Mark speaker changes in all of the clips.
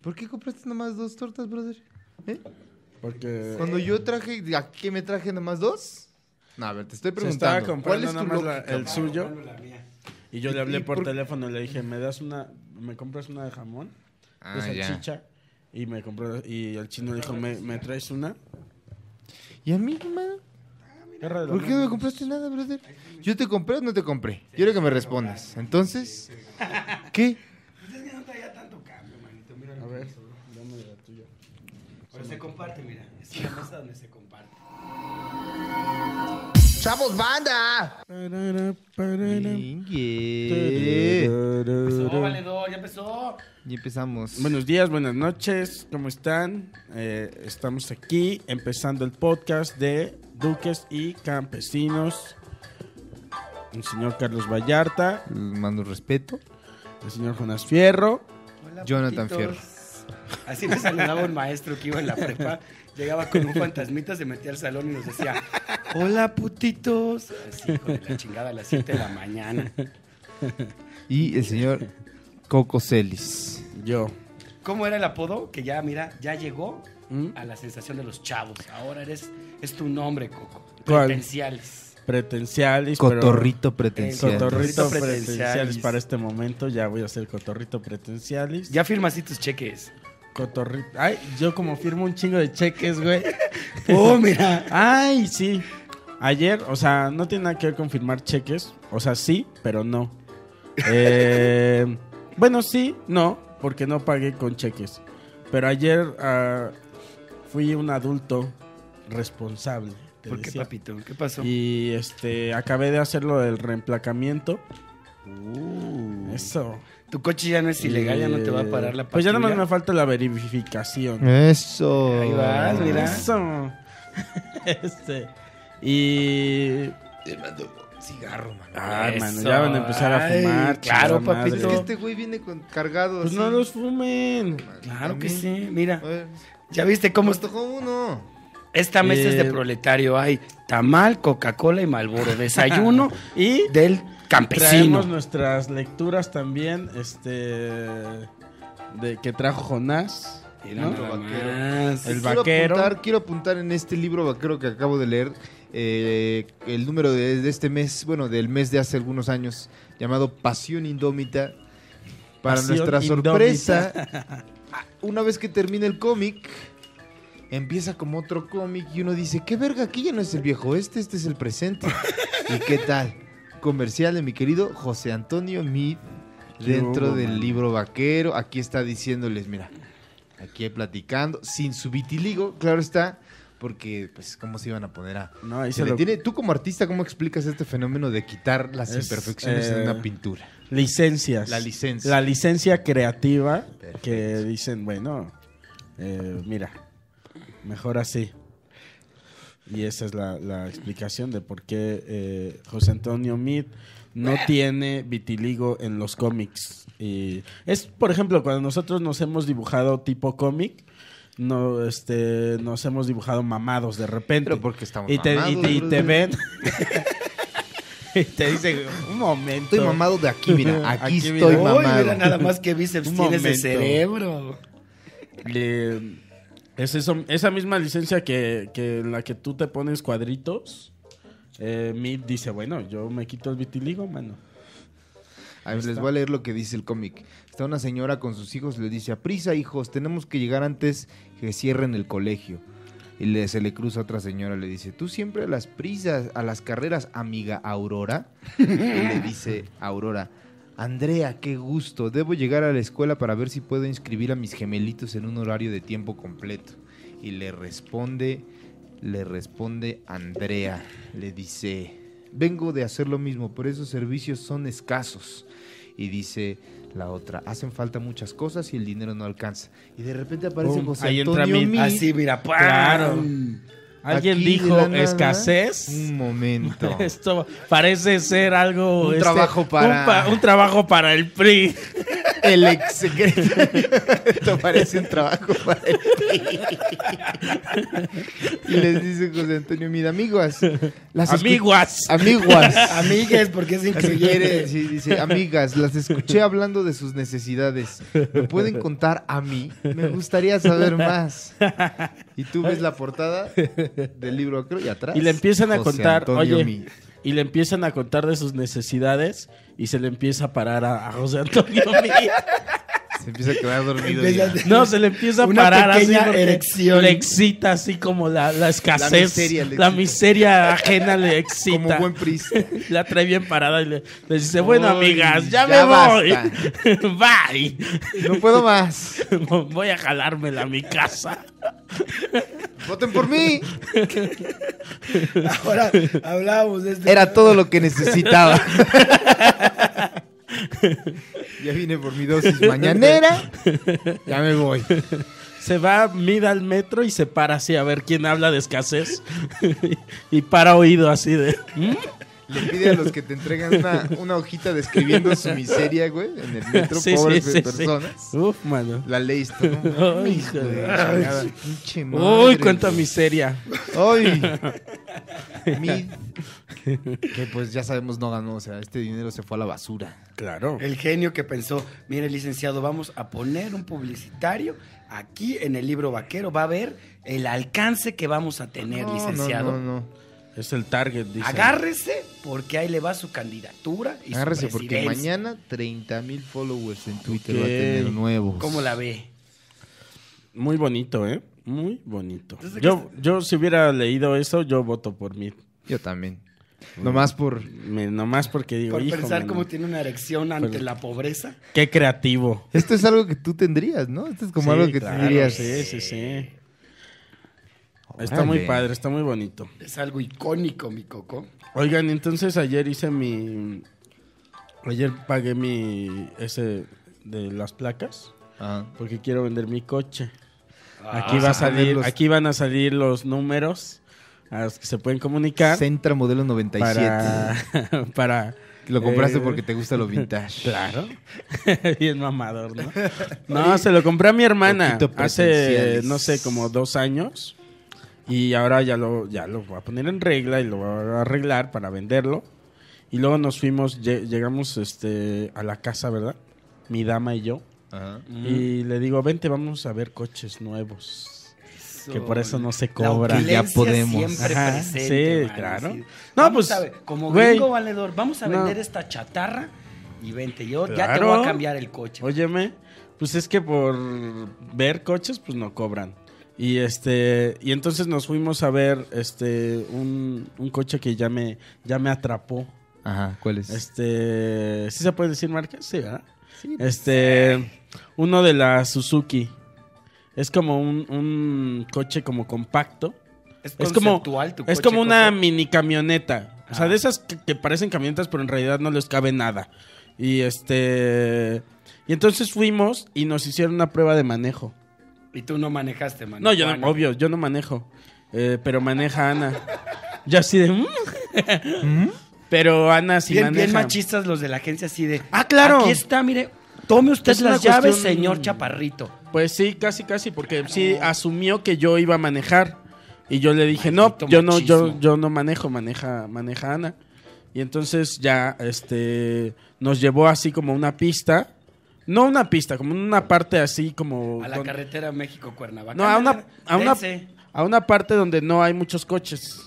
Speaker 1: ¿Por qué compraste nomás dos tortas, brother? ¿Eh?
Speaker 2: Porque
Speaker 1: Cuando yo traje, ¿a qué me traje nomás dos? No, a ver, te estoy
Speaker 2: se estaba
Speaker 1: preguntando. ¿Cuál
Speaker 2: comprando
Speaker 1: es
Speaker 2: nada
Speaker 1: tu
Speaker 2: más la-
Speaker 1: lógica?
Speaker 2: el suyo. Y yo le hablé
Speaker 1: y
Speaker 2: por,
Speaker 1: por-
Speaker 2: teléfono y le dije, ¿me das una, me compras una de jamón?
Speaker 1: Ah,
Speaker 2: de
Speaker 1: ya.
Speaker 2: salchicha. Y me compró, y el chino dijo, ¿me, me traes una?
Speaker 1: ¿Y a mí, hermano?
Speaker 2: Agarra de la
Speaker 1: ¿Por qué no
Speaker 2: mano.
Speaker 1: me compraste nada, brother? ¿Yo te compré o no te compré? Quiero que me respondas. Entonces, ¿qué?
Speaker 3: Pues es que no traía tanto cambio, manito. Mira,
Speaker 2: A
Speaker 3: lo que
Speaker 2: ver,
Speaker 3: hizo, ¿no?
Speaker 2: dame la tuya.
Speaker 3: Pero se comparte, mira. Es una mesa donde se comparte.
Speaker 1: ¡Chavos, banda!
Speaker 3: Empezó, valedor, ya empezó.
Speaker 1: Y empezamos.
Speaker 2: Buenos días, buenas noches, ¿cómo están? Eh, estamos aquí empezando el podcast de Duques y Campesinos. El señor Carlos Vallarta,
Speaker 1: mando respeto.
Speaker 2: el señor Jonas Fierro.
Speaker 3: Hola,
Speaker 1: Jonathan
Speaker 3: patitos. Así me saludaba un maestro que iba en la prepa. Llegaba con un fantasmita, se metía al salón y nos decía: Hola, putitos. Así, hijo de la chingada, a las 7 de la mañana.
Speaker 1: Y el señor Coco Celis.
Speaker 2: Yo.
Speaker 3: ¿Cómo era el apodo? Que ya, mira, ya llegó
Speaker 2: ¿Mm?
Speaker 3: a la sensación de los chavos. Ahora eres, es tu nombre, Coco.
Speaker 2: ¿Cuál?
Speaker 3: Potenciales.
Speaker 2: Pretencialis. pero-
Speaker 1: Cotorrito pretencioso.
Speaker 2: Cotorrito
Speaker 3: Cotorrito
Speaker 2: pretencialis
Speaker 3: pretencialis.
Speaker 2: para este momento. Ya voy a hacer cotorrito pretencialis.
Speaker 3: Ya firmas así tus cheques.
Speaker 2: Cotorrito. Ay, yo como firmo un chingo de cheques, güey.
Speaker 3: Oh, mira.
Speaker 2: Ay, sí. Ayer, o sea, no tiene nada que ver con firmar cheques. O sea, sí, pero no. Eh, bueno, sí, no, porque no pagué con cheques. Pero ayer ah, fui un adulto responsable. te
Speaker 3: ¿Por qué,
Speaker 2: decía.
Speaker 3: papito? ¿Qué pasó?
Speaker 2: Y este, acabé de hacer lo del reemplacamiento. Eso.
Speaker 3: Tu coche ya no Uh. es ilegal, ya no te va a parar la patrulla.
Speaker 2: Pues ya nada más me falta la verificación.
Speaker 1: Eso.
Speaker 3: Ahí vas, mira.
Speaker 2: Eso. este. Y.
Speaker 1: Cigarro, mano.
Speaker 2: Ah,
Speaker 3: Eso.
Speaker 2: mano, ya van a empezar a
Speaker 3: Ay,
Speaker 2: fumar.
Speaker 3: claro,
Speaker 2: chingada madre.
Speaker 3: papito.
Speaker 1: Es que este güey viene con- cargado
Speaker 2: Pues
Speaker 1: así.
Speaker 2: no los fumen.
Speaker 3: Claro que
Speaker 1: También.
Speaker 3: sí, mira.
Speaker 1: A ver,
Speaker 3: Ya viste cómo
Speaker 1: nos
Speaker 3: esto-
Speaker 1: tocó uno.
Speaker 3: esta mesa es de
Speaker 2: Eh,
Speaker 3: proletario. Hay tamal, Coca-Cola y Malboro. Desayuno
Speaker 2: Y
Speaker 3: del campesino.
Speaker 2: traemos nuestras lecturas también. Este. De que trajo Jonás.
Speaker 3: Mira
Speaker 2: ¿no?
Speaker 3: nada
Speaker 1: Vaquero.
Speaker 3: más.
Speaker 2: El
Speaker 1: quiero
Speaker 2: vaquero.
Speaker 1: Apuntar, quiero apuntar en este libro vaquero que acabo de leer eh, el número de, de este mes, bueno, del mes de hace algunos años, llamado Pasión Indómita. Para
Speaker 2: Pasión
Speaker 1: nuestra
Speaker 2: Indómita.
Speaker 1: sorpresa, una vez que termina el cómic, empieza como otro cómic y uno dice, qué verga, aquí ya no es el viejo este, este es el presente. ¿Y qué tal? Comercial de mi querido José Antonio Meade
Speaker 2: Qué
Speaker 1: dentro
Speaker 2: hubo,
Speaker 1: del
Speaker 2: mano.
Speaker 1: libro vaquero. Aquí está diciéndoles, mira, aquí platicando, sin su vitiligo, claro está, porque pues cómo se iban a poner a...
Speaker 2: No, ahí
Speaker 1: Se
Speaker 2: se
Speaker 1: le
Speaker 2: lo-
Speaker 1: tiene, tú como artista, ¿cómo explicas este fenómeno de quitar las
Speaker 2: Es,
Speaker 1: imperfecciones
Speaker 2: eh,
Speaker 1: en una pintura?
Speaker 2: Licencias.
Speaker 1: La licencia.
Speaker 2: La licencia creativa
Speaker 1: Perfecto.
Speaker 2: que dicen, bueno, eh, mira, mejor así. Y esa es la, la explicación de por qué eh, José Antonio Meade no tiene vitiligo en los cómics. Y es, por ejemplo, cuando nosotros nos hemos dibujado tipo cómic, no, este, nos hemos dibujado mamados de repente.
Speaker 1: Pero porque estamos
Speaker 2: y te, y
Speaker 1: mamados,
Speaker 2: te- y te
Speaker 1: brother.
Speaker 2: ven. y te dicen, un momento.
Speaker 1: Estoy mamado de aquí, mira, aquí,
Speaker 2: Aquí, mira.
Speaker 1: estoy
Speaker 3: Uy,
Speaker 1: mamado.
Speaker 3: mira nada más que bíceps
Speaker 2: Un
Speaker 3: tiene ese
Speaker 2: momento.
Speaker 3: cerebro.
Speaker 2: Le- es eso- esa misma licencia que, que en la que tú te pones cuadritos. Eh, Meade dice, bueno, yo me quito el vitiligo, mano.
Speaker 1: A ver, les voy a leer lo que dice el cómic. Está una señora con sus hijos, le dice, aprisa hijos, tenemos que llegar antes que cierren el colegio. Y le- se le cruza otra señora, le dice, tú siempre a las prisas, a las carreras, amiga Aurora. Y le dice Aurora, Andrea, qué gusto, debo llegar a la escuela para ver si puedo inscribir a mis gemelitos en un horario de tiempo completo. Y le responde, le responde Andrea, le dice, vengo de hacer lo mismo, pero esos servicios son escasos. Y dice la otra, hacen falta muchas cosas y el dinero no alcanza. Y de repente aparece
Speaker 2: Pum,
Speaker 1: José
Speaker 2: ahí entra
Speaker 1: Antonio
Speaker 2: Mil.
Speaker 1: Mil.
Speaker 3: Así, mira, ¡pam!
Speaker 2: Claro. Alguien
Speaker 1: Aquí de
Speaker 2: dijo
Speaker 1: la nada,
Speaker 2: escasez.
Speaker 1: Un momento.
Speaker 2: Esto parece ser algo... este,
Speaker 1: Un trabajo para-
Speaker 2: Un, pa- un trabajo para el PRI.
Speaker 1: el ex secretario esto parece un trabajo para ti. Y les dice José Antonio, mira, amiguas. Las escu-
Speaker 2: Amiguas.
Speaker 1: Amiguas.
Speaker 3: Amigues, porque es
Speaker 1: Si
Speaker 3: incluyente.
Speaker 1: quiere, sí, dice, amigas, las escuché hablando de sus necesidades. ¿Me pueden contar a mí? Me gustaría saber más. Y tú ves la portada del libro, creo, y atrás.
Speaker 2: Y le empiezan a
Speaker 1: José
Speaker 2: contar,
Speaker 1: Antonio
Speaker 2: oye,
Speaker 1: Mi.
Speaker 2: y le empiezan a contar de sus necesidades y se le empieza a parar a, a José Antonio Mía.
Speaker 1: Se empieza a quedar dormido.
Speaker 3: Empieza-
Speaker 1: ya.
Speaker 2: No, se le empieza a
Speaker 3: Una
Speaker 2: parar así
Speaker 3: pequeña
Speaker 2: porque
Speaker 3: erección.
Speaker 2: le excita así como la, la escasez, la miseria,
Speaker 1: miseria le excita.
Speaker 2: ajena le excita.
Speaker 1: Como buen prista.
Speaker 2: La trae bien parada y le, le dice, bueno
Speaker 1: Uy,
Speaker 2: amigas,
Speaker 1: ya
Speaker 2: ya, me voy. Bye.
Speaker 1: No puedo más.
Speaker 2: Voy a jalármela a mi casa.
Speaker 1: Voten por mí.
Speaker 3: Ahora hablábamos de este.
Speaker 1: Era todo lo que necesitaba. Ya vine por mi dosis mañanera. Ya me voy.
Speaker 2: Se va, mira al metro y se para así a ver quién habla de escasez. y para oído así de... "¿Mm?
Speaker 1: Le pide a los que te entregan una, una hojita describiendo su miseria, güey, en el metro,
Speaker 2: Sí, sí,
Speaker 1: pobres
Speaker 2: sí, sí.
Speaker 1: personas.
Speaker 2: Uf, mano.
Speaker 1: La leíste, ¿no?
Speaker 2: Ay,
Speaker 1: Ay,
Speaker 2: hijo de-
Speaker 1: güey,
Speaker 2: Ay,
Speaker 1: chingada,
Speaker 2: sí.
Speaker 1: pinche
Speaker 2: Uy,
Speaker 1: madre,
Speaker 2: cuánta
Speaker 1: güey.
Speaker 2: miseria.
Speaker 1: Ay. Mi- Que pues ya sabemos no ganó, o sea, este dinero se fue a la basura.
Speaker 2: Claro.
Speaker 1: Eh,
Speaker 3: El genio que pensó, mire licenciado, vamos a poner un publicitario aquí en el libro vaquero. Va a ver el alcance que vamos a tener,
Speaker 1: No,
Speaker 3: licenciado.
Speaker 1: No, no, no.
Speaker 2: Es el target, dice.
Speaker 3: Agárrese porque ahí le va su candidatura y
Speaker 1: Agárrese
Speaker 3: su
Speaker 1: porque
Speaker 3: presidencia.
Speaker 1: mañana 30 mil followers en Twitter va a
Speaker 2: Ok.
Speaker 1: tener nuevos.
Speaker 3: ¿Cómo la ve?
Speaker 2: Muy bonito, ¿eh? Muy bonito.
Speaker 3: Entonces, ¿de qué
Speaker 2: Yo, yo si hubiera leído eso, yo voto por mí.
Speaker 1: Yo también. Nomás por...
Speaker 2: Me- nomás porque digo,
Speaker 3: Por
Speaker 2: hijo,
Speaker 3: pensar
Speaker 2: mano,
Speaker 3: cómo tiene una erección
Speaker 1: Pues,
Speaker 3: ante
Speaker 2: Pero-
Speaker 3: la pobreza.
Speaker 2: qué creativo.
Speaker 1: Esto es algo que tú tendrías, ¿no? Esto es como
Speaker 2: Sí,
Speaker 1: algo que
Speaker 2: claro,
Speaker 1: tú dirías.
Speaker 2: Sí, sí, sí. Está muy
Speaker 1: Órale.
Speaker 2: padre, está muy bonito.
Speaker 3: Es algo icónico, mi coco.
Speaker 2: Oigan, entonces ayer hice mi... Ayer pagué mi... Ese de las placas.
Speaker 1: Ajá.
Speaker 2: Porque quiero vender mi coche. Aquí,
Speaker 1: vas
Speaker 2: va a
Speaker 1: a poner
Speaker 2: salir,
Speaker 1: Ah, los-
Speaker 2: aquí van a salir los números a los que se pueden comunicar.
Speaker 1: Centra modelo 97.
Speaker 2: para, para
Speaker 1: Lo compraste
Speaker 2: eh,
Speaker 1: porque te gusta lo vintage.
Speaker 2: claro bien mamador no no se lo compré a mi hermana
Speaker 1: Poquito
Speaker 2: hace
Speaker 1: presenciales.
Speaker 2: no sé como dos años y ahora ya lo ya lo voy a poner en regla y lo voy a arreglar para venderlo y luego nos fuimos lle- llegamos este a la casa verdad mi dama y yo
Speaker 1: Ajá.
Speaker 2: y le digo vente vamos a ver coches nuevos que por eso no se
Speaker 3: La
Speaker 2: cobra
Speaker 1: Ya
Speaker 3: opulencia
Speaker 1: podemos.
Speaker 3: Siempre
Speaker 2: Ajá,
Speaker 3: presente,
Speaker 2: sí,
Speaker 3: mano,
Speaker 2: claro.
Speaker 3: sí.
Speaker 2: No,
Speaker 3: Vamos
Speaker 2: pues,
Speaker 3: a ver, como
Speaker 2: güey.
Speaker 3: gringo valedor, vamos a
Speaker 2: No.
Speaker 3: vender esta chatarra y vente. Yo ya te
Speaker 2: Claro.
Speaker 3: voy a cambiar el coche.
Speaker 2: Óyeme, pues es que por ver coches, pues no cobran. Y este, y entonces nos fuimos a ver este un, un coche que ya me, ya me atrapó.
Speaker 1: Ajá, ¿cuál es?
Speaker 2: Este, ¿sí se puede decir marcas? Sí, ¿verdad?
Speaker 1: Sí.
Speaker 2: Este, uno de la Suzuki. Es como un, un coche como compacto. Es como,
Speaker 3: conceptual tu
Speaker 2: es
Speaker 3: coche,
Speaker 2: como una
Speaker 3: Coco.
Speaker 2: mini camioneta. O sea,
Speaker 3: Ah.
Speaker 2: de esas que, que parecen camionetas, pero en realidad no les cabe nada. Y este. Y entonces fuimos y nos hicieron una prueba de manejo.
Speaker 3: Y tú no manejaste, mano.
Speaker 2: No, yo
Speaker 3: Juana.
Speaker 2: no, obvio, yo no manejo. Eh, pero maneja Ana. Yo así de. "Mm". Pero Ana sí
Speaker 3: Bien,
Speaker 2: maneja.
Speaker 3: bien machistas los de la agencia así de.
Speaker 2: Ah, claro.
Speaker 3: Aquí está, mire. Tome usted
Speaker 2: Es una
Speaker 3: las llaves,
Speaker 2: cuestión-
Speaker 3: señor Chaparrito.
Speaker 2: Pues sí, casi, casi, porque sí asumió que yo iba a manejar. Y yo le dije,
Speaker 3: Maldito
Speaker 2: no, yo no, yo,
Speaker 3: machismo.
Speaker 2: yo no manejo, maneja, maneja Ana. Y entonces ya este nos llevó así como una pista. No una pista, como una parte así como.
Speaker 3: A la
Speaker 2: don-
Speaker 3: carretera México-Cuernavaca.
Speaker 2: No, a una, a una,
Speaker 3: Dense. pues,
Speaker 2: a una parte donde no hay muchos coches.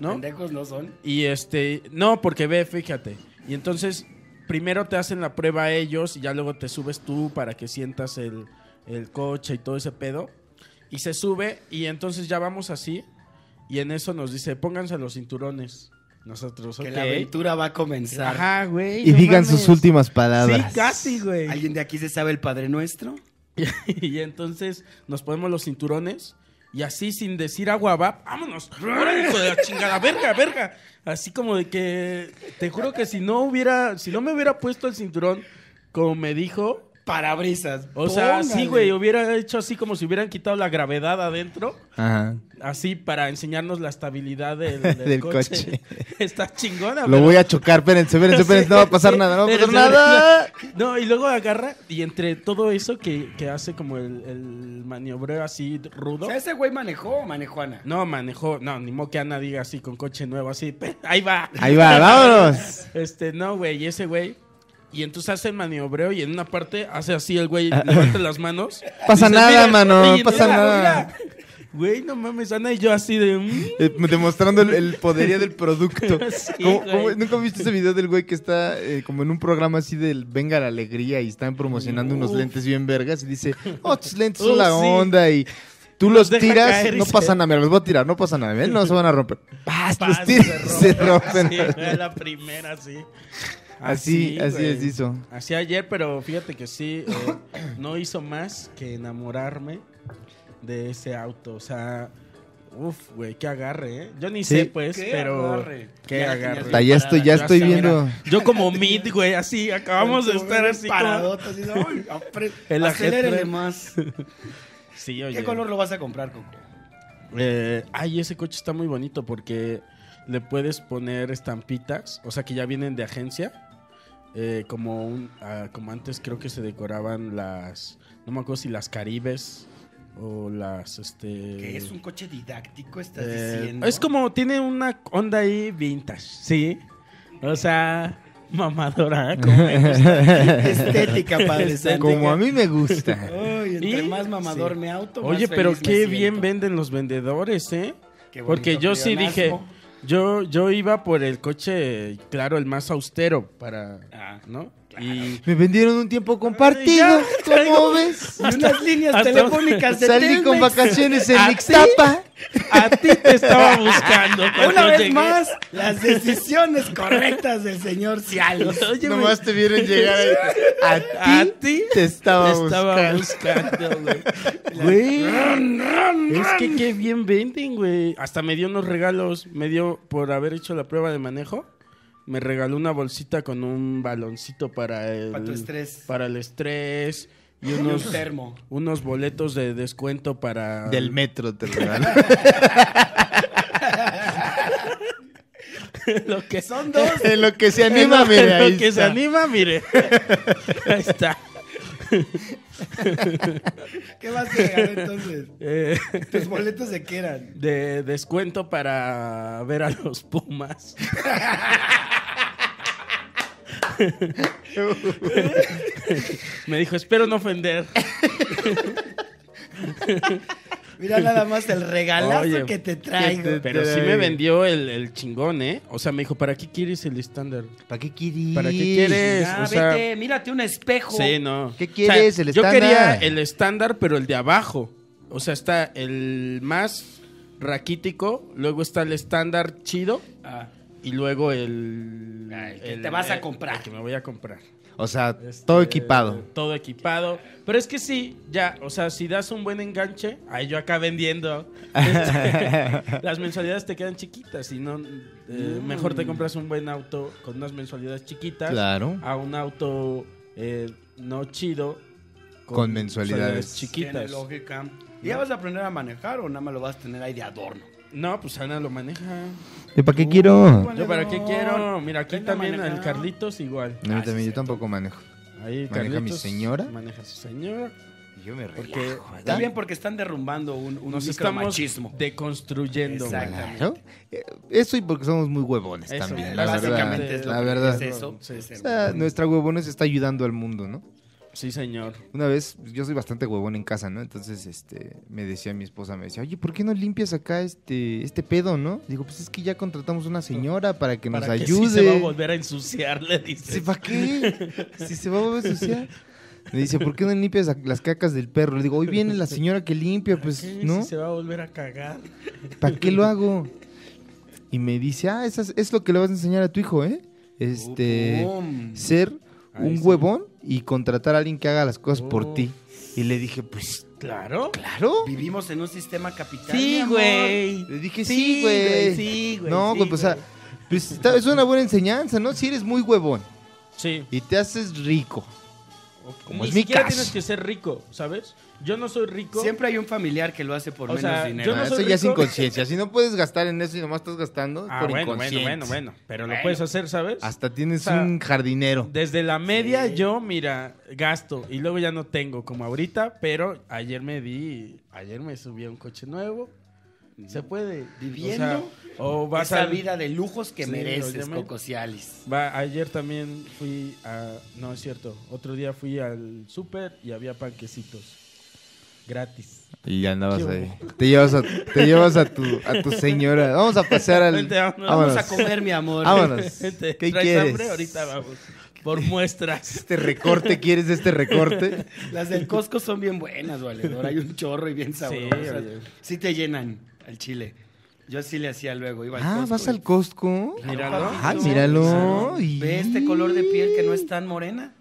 Speaker 2: ¿No?
Speaker 3: Pendejos no son.
Speaker 2: Y este, no, porque ve, fíjate. Y entonces, primero te hacen la prueba ellos y ya luego te subes tú para que sientas el, el coche y todo ese pedo. Y se sube y entonces ya vamos así. Y en eso nos dice, pónganse los cinturones. Nosotros,
Speaker 3: Que
Speaker 2: ok.
Speaker 3: la aventura va a comenzar.
Speaker 2: Ajá, güey.
Speaker 1: Y
Speaker 2: no
Speaker 1: digan
Speaker 2: mames.
Speaker 1: sus últimas
Speaker 2: Sí,
Speaker 1: palabras.
Speaker 2: casi, güey.
Speaker 3: ¿Alguien de aquí se sabe el Padre Nuestro?
Speaker 2: y entonces nos ponemos los cinturones y así sin decir agua va, vámonos. ¡Órale, hijo de la chingada, verga, verga. Así como de que te juro que si no hubiera, si no me hubiera puesto el cinturón como me dijo,
Speaker 3: parabrisas.
Speaker 2: O sea,
Speaker 3: Póngale.
Speaker 2: sí, güey, hubiera hecho así como si hubieran quitado la gravedad adentro,
Speaker 1: Ajá.
Speaker 2: así para enseñarnos la estabilidad del, del
Speaker 1: Del
Speaker 2: coche.
Speaker 1: coche.
Speaker 2: Está chingona,
Speaker 1: Lo voy a chocar, espérense, espérense, espérense, no va a pasar
Speaker 2: Sí,
Speaker 1: nada, no va a pasar
Speaker 2: espérense,
Speaker 1: nada.
Speaker 2: No, y luego agarra y entre todo eso que, que hace como el, el maniobreo así rudo.
Speaker 3: O sea, ese güey manejó o manejó Ana.
Speaker 2: No, manejó, no, ni modo que Ana diga así con coche nuevo, así, "Pe- ahí va.
Speaker 1: Ahí va, vámonos.
Speaker 2: Este, no, güey, y ese güey. Y entonces hace el maniobreo y en una parte hace así el güey, levanta las manos.
Speaker 1: Pasa nada, mano,
Speaker 2: oye,
Speaker 1: pasa nada".
Speaker 2: Güey, no mames, Ana y yo así de... "Mm".
Speaker 1: Eh, Demostrando el, el poderío del producto.
Speaker 2: Sí,
Speaker 1: ¿Cómo-
Speaker 2: güey.
Speaker 1: cómo- ¿Nunca viste ese video del güey que está eh, como en un programa así del Venga la Alegría y están promocionando unos
Speaker 2: Uf.
Speaker 1: lentes bien vergas y dice, oh, tus lentes
Speaker 2: Oh,
Speaker 1: son la
Speaker 2: sí.
Speaker 1: onda y tú los,
Speaker 2: Los deja
Speaker 1: tiras,
Speaker 2: caer y
Speaker 1: no
Speaker 2: se-
Speaker 1: pasa nada, mira, los voy a tirar, no pasa nada, ¿ven? no se van a romper. Paz,
Speaker 2: Paz,
Speaker 1: los tiras y se rompen.
Speaker 2: Sí, güey, la primera, sí.
Speaker 1: Así, así
Speaker 2: güey.
Speaker 1: es, hizo.
Speaker 2: Así ayer, pero fíjate que sí, eh, no hizo más que enamorarme de ese auto. O sea, uff, güey, qué agarre, ¿eh? Yo ni
Speaker 1: Sí.
Speaker 2: sé, pues,
Speaker 3: Qué
Speaker 2: pero.
Speaker 3: agarre.
Speaker 2: Qué
Speaker 3: Ya la
Speaker 2: agarre.
Speaker 3: tenías
Speaker 1: Ya,
Speaker 3: bien
Speaker 1: estoy, ya
Speaker 2: Ya
Speaker 1: estoy
Speaker 2: hasta, mira,
Speaker 1: viendo.
Speaker 2: Yo como mid, güey, así, acabamos de
Speaker 3: Estuvo
Speaker 2: estar
Speaker 3: bien
Speaker 2: así. como-
Speaker 3: paradoto, así de, "Ay, apre-
Speaker 2: El
Speaker 3: acelérele
Speaker 2: ajetre.
Speaker 3: más.
Speaker 2: Sí, oye.
Speaker 3: ¿Qué color lo vas a comprar, Coco?
Speaker 2: Eh, ay, ese coche está muy bonito porque le puedes poner estampitas, o sea que ya vienen de agencia. eh, como, un, ah, como antes creo que se decoraban las, no me acuerdo si las Caribes o las, este...
Speaker 3: Que es un coche didáctico, estás
Speaker 2: eh,
Speaker 3: diciendo.
Speaker 2: es como, tiene una onda ahí vintage, ¿sí? O sea, mamadora, ¿eh? como me gusta. Este
Speaker 3: estética, padre. santo.
Speaker 1: Como a mí me gusta.
Speaker 3: Ay, entre
Speaker 2: Y-
Speaker 3: más mamador
Speaker 2: sí.
Speaker 3: me auto.
Speaker 2: Oye,
Speaker 3: más
Speaker 2: pero
Speaker 3: feliz me
Speaker 2: qué
Speaker 3: siento.
Speaker 2: bien venden los vendedores, ¿eh?
Speaker 3: Qué
Speaker 2: Porque
Speaker 3: bonito
Speaker 2: yo sí dije,
Speaker 3: pleonasmo.
Speaker 2: yo, yo iba por el coche, claro, el más austero para,
Speaker 3: Ah.
Speaker 2: ¿no? Y
Speaker 1: Me vendieron un tiempo compartido,
Speaker 2: Ay, ya,
Speaker 1: ¿cómo
Speaker 2: traigo-
Speaker 1: ves?
Speaker 3: Y unas líneas
Speaker 2: hasta-
Speaker 3: telefónicas de
Speaker 1: Salí con
Speaker 3: Telmex.
Speaker 1: vacaciones en
Speaker 2: ¿Ah,
Speaker 1: Ixtapa.
Speaker 2: a ti te estaba buscando.
Speaker 3: Una
Speaker 2: cuando
Speaker 3: vez
Speaker 2: llegué.
Speaker 3: más, las decisiones correctas del señor Cialis.
Speaker 2: Oye, me-
Speaker 1: Nomás te vieron llegar ahí.
Speaker 2: a
Speaker 1: A ti
Speaker 2: ti
Speaker 1: te estaba,
Speaker 2: te estaba
Speaker 1: buscando.
Speaker 2: buscando, güey. Güey. Es que qué bien venden, güey. Hasta me dio unos regalos, me dio por haber hecho la prueba de manejo. Me regaló una bolsita con un baloncito para el
Speaker 3: Para tu estrés.
Speaker 2: para el estrés y
Speaker 3: Y un
Speaker 2: unos
Speaker 3: termo.
Speaker 2: unos boletos de descuento para
Speaker 1: Del metro te regaló.
Speaker 2: lo que son
Speaker 3: Son dos.
Speaker 1: en lo que se anima, mire, ahí
Speaker 2: lo que se
Speaker 1: está.
Speaker 2: anima, mire. Ahí está.
Speaker 3: ¿Qué más te regaló entonces?
Speaker 2: Eh,
Speaker 3: ¿Tus boletos de qué eran?
Speaker 2: de descuento para ver a los Pumas. Me dijo, espero no ofender.
Speaker 3: Mira nada más el regalazo
Speaker 2: Oye,
Speaker 3: que te traigo.
Speaker 1: que te-
Speaker 2: Pero sí me vendió el, el chingón, ¿eh? O sea, me dijo, ¿para qué quieres el estándar?
Speaker 1: ¿Para qué quieres?
Speaker 2: ¿Para qué quieres?
Speaker 3: Ah,
Speaker 2: o sea-
Speaker 3: vete, mírate un espejo.
Speaker 2: Sí, no.
Speaker 1: ¿Qué quieres, el
Speaker 2: Yo
Speaker 1: estándar?
Speaker 2: quería el estándar, pero el de abajo. O sea, está el más raquítico, luego está el estándar chido
Speaker 3: Ah,
Speaker 2: y luego el...
Speaker 3: Ay, que te vas a
Speaker 2: el-
Speaker 3: comprar.
Speaker 2: el que me voy a comprar.
Speaker 1: O sea,
Speaker 2: Este,
Speaker 1: todo equipado.
Speaker 2: Todo equipado. Pero es que sí, ya, o sea, si das un buen enganche, ahí yo acá vendiendo. este, las mensualidades te quedan chiquitas y no... eh,
Speaker 3: Mm.
Speaker 2: Mejor te compras un buen auto con unas mensualidades chiquitas
Speaker 1: Claro.
Speaker 2: a un auto eh, no chido
Speaker 1: Con mensualidades.
Speaker 3: tiene
Speaker 2: chiquitas.
Speaker 3: lógica. ¿Y ya vas a aprender a manejar o nada más lo vas a tener ahí de adorno?
Speaker 2: No, pues Ana lo maneja.
Speaker 1: ¿Y para qué
Speaker 3: Uh,
Speaker 1: quiero?
Speaker 3: bueno.
Speaker 2: Yo para qué quiero. Mira, aquí
Speaker 3: Venga a
Speaker 2: también
Speaker 3: manejar.
Speaker 2: el Carlitos igual.
Speaker 1: No,
Speaker 3: Ah,
Speaker 1: yo
Speaker 3: sí,
Speaker 1: también, yo
Speaker 3: cierto.
Speaker 1: tampoco manejo.
Speaker 2: Ahí
Speaker 1: ¿Maneja mi señora?
Speaker 2: Maneja su señora.
Speaker 1: Yo me
Speaker 2: Porque
Speaker 3: Está bien porque están derrumbando un, un
Speaker 2: nos estamos
Speaker 3: micromachismo.
Speaker 2: deconstruyendo. güey.
Speaker 3: Exacto.
Speaker 1: Claro. Eh, Eso y porque somos muy huevones
Speaker 2: Eso,
Speaker 1: también, la verdad.
Speaker 3: Básicamente es lo
Speaker 1: la
Speaker 3: que
Speaker 1: verdad.
Speaker 3: es eso.
Speaker 2: Sí,
Speaker 3: es
Speaker 2: sí.
Speaker 1: O
Speaker 3: el-
Speaker 1: sea, nuestra huevones está ayudando al mundo, ¿no?
Speaker 2: Sí, señor.
Speaker 1: Una vez, yo soy bastante huevón en casa, ¿no? Entonces, este, me decía mi esposa, me decía, oye, ¿por qué no limpias acá este, este pedo, no? Digo, pues es que ya contratamos una señora para que nos
Speaker 2: Para que sí
Speaker 1: ayude.
Speaker 2: se va a volver a ensuciar, le dice.
Speaker 1: Sí, ¿Para qué? Si se va a volver sucia. Me dice, ¿por qué no limpias a- las cacas del perro? Le digo, hoy viene la señora que limpia, pues,
Speaker 2: ¿Qué?
Speaker 1: ¿no?
Speaker 2: Si se va a volver a cagar.
Speaker 1: ¿Para qué lo hago? Y me dice, ah, esas- es lo que le vas a enseñar a tu hijo, ¿eh?
Speaker 2: Oh,
Speaker 1: Este,
Speaker 3: Pum.
Speaker 1: ser
Speaker 2: Ahí
Speaker 1: un
Speaker 2: sí.
Speaker 1: huevón y contratar a alguien que haga las cosas
Speaker 2: Oh.
Speaker 1: por ti. Y le dije, pues,
Speaker 2: Claro.
Speaker 1: claro.
Speaker 3: Vivimos en un sistema capital. mi
Speaker 2: Sí,
Speaker 3: amor.
Speaker 2: güey.
Speaker 1: Le dije,
Speaker 2: Sí,
Speaker 1: sí, güey.
Speaker 2: güey, sí, güey,
Speaker 1: No,
Speaker 2: sí,
Speaker 1: güey, pues, o sea,
Speaker 2: güey.
Speaker 1: pues, está- es una buena enseñanza, ¿no? Si eres muy huevón
Speaker 2: Sí.
Speaker 1: y te haces rico Como
Speaker 2: Ni
Speaker 1: es mi
Speaker 2: siquiera
Speaker 1: caso.
Speaker 2: tienes que ser rico, ¿sabes? Yo no soy rico.
Speaker 3: Siempre hay un familiar que lo hace por
Speaker 2: O
Speaker 3: menos
Speaker 2: sea,
Speaker 3: dinero.
Speaker 2: yo no
Speaker 1: eso
Speaker 2: soy
Speaker 1: ya es
Speaker 2: rico.
Speaker 1: inconsciencia. Si no puedes gastar en eso y nomás estás gastando, es
Speaker 2: Ah,
Speaker 1: por
Speaker 2: bueno, bueno,
Speaker 1: inconsciente.
Speaker 2: bueno, bueno. Pero
Speaker 3: Bueno.
Speaker 2: lo puedes hacer, ¿sabes?
Speaker 1: Hasta tienes
Speaker 2: O sea,
Speaker 1: un jardinero.
Speaker 2: Desde la media
Speaker 3: Sí.
Speaker 2: yo, mira, gasto y luego ya no tengo como ahorita, pero ayer me di, ayer me subí a un coche nuevo. Se puede.
Speaker 3: Viviendo
Speaker 2: O, sea, o vas
Speaker 3: Esa
Speaker 2: a
Speaker 3: vida de lujos que
Speaker 2: Sí,
Speaker 3: mereces,
Speaker 2: obviamente.
Speaker 3: Cococialis.
Speaker 2: Va, ayer también fui a, no es cierto, otro día fui al súper y había panquecitos gratis.
Speaker 1: Y ya andabas
Speaker 2: ¿Qué
Speaker 1: ahí. Te llevas, a, te llevas a, tu, a tu señora. Vamos a pasar al.
Speaker 2: Vente, vámonos.
Speaker 1: vámonos.
Speaker 3: Vamos a comer, mi amor.
Speaker 1: Vámonos.
Speaker 3: Este,
Speaker 2: Gente,
Speaker 1: Pues, ¿Qué
Speaker 2: ¿traes
Speaker 1: quieres?
Speaker 2: hambre? Ahorita vamos. Por muestras.
Speaker 1: ¿Este recorte quieres de este recorte?
Speaker 3: Las del Costco son bien buenas, valedor. Hay un chorro y bien sabrosas.
Speaker 2: oye.
Speaker 3: Sí te llenan al chile. Yo así le hacía luego. Iba al
Speaker 1: Ah,
Speaker 3: Costco
Speaker 1: ¿vas
Speaker 3: y-
Speaker 1: al Costco?
Speaker 3: Claro,
Speaker 2: Míralo.
Speaker 3: papito.
Speaker 1: Ah, míralo.
Speaker 3: Claro.
Speaker 1: Y-
Speaker 3: Ve este color de piel que no es tan morena.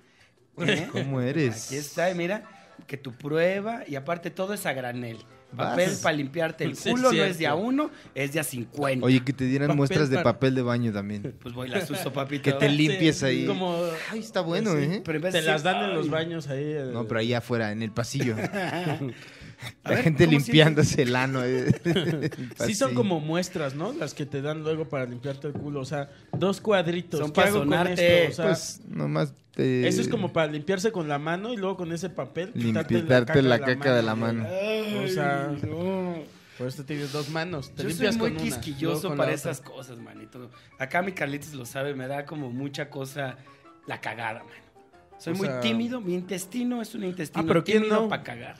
Speaker 3: ¿Eh?
Speaker 1: ¿Cómo eres?
Speaker 3: Aquí está, y mira, que tu prueba, y aparte todo es a granel. Papel
Speaker 1: Vas.
Speaker 3: para limpiarte el
Speaker 2: Sí, es
Speaker 3: culo no es
Speaker 2: cierto.
Speaker 3: de a uno, es de a 50.
Speaker 1: Oye, que te dieran
Speaker 2: Papel
Speaker 1: muestras de
Speaker 2: para-
Speaker 1: papel de baño también.
Speaker 3: Pues voy, las uso, papito.
Speaker 1: Que te limpies
Speaker 2: Sí,
Speaker 1: ahí.
Speaker 2: Como
Speaker 1: Ay, está bueno, ¿eh?
Speaker 3: Pero en vez de
Speaker 2: te las
Speaker 3: decir,
Speaker 2: dan en los
Speaker 3: "Ay".
Speaker 2: baños ahí. eh,
Speaker 1: No, pero ahí afuera, en el pasillo. La
Speaker 3: A ver,
Speaker 1: gente
Speaker 3: ¿cómo
Speaker 1: limpiándose el ano. eh.
Speaker 2: Sí son
Speaker 1: Pasillo.
Speaker 2: como muestras, ¿no? Las que te dan luego para limpiarte el culo. O sea, dos cuadritos.
Speaker 3: Son
Speaker 2: ¿Qué
Speaker 3: pa'
Speaker 2: hago con
Speaker 3: sonarte.
Speaker 2: esto? O sea,
Speaker 1: Pues nomás te...
Speaker 2: eso es como para limpiarse con la mano y luego con ese papel
Speaker 1: Limpiarte la caca de la mano.
Speaker 3: Ay,
Speaker 2: O sea,
Speaker 3: no.
Speaker 2: Por eso tienes dos manos. Te
Speaker 3: Yo soy
Speaker 2: limpias
Speaker 3: muy
Speaker 2: con una, luego
Speaker 3: quisquilloso
Speaker 2: con la
Speaker 3: para
Speaker 2: otra.
Speaker 3: esas cosas, manito. Acá mi Carlitos lo sabe, me da como mucha cosa la cagada, mano. Soy
Speaker 2: O
Speaker 3: muy
Speaker 2: sea-
Speaker 3: tímido, mi intestino es un intestino
Speaker 2: Ah, pero ¿quién
Speaker 3: tímido
Speaker 2: no?
Speaker 3: para cagar.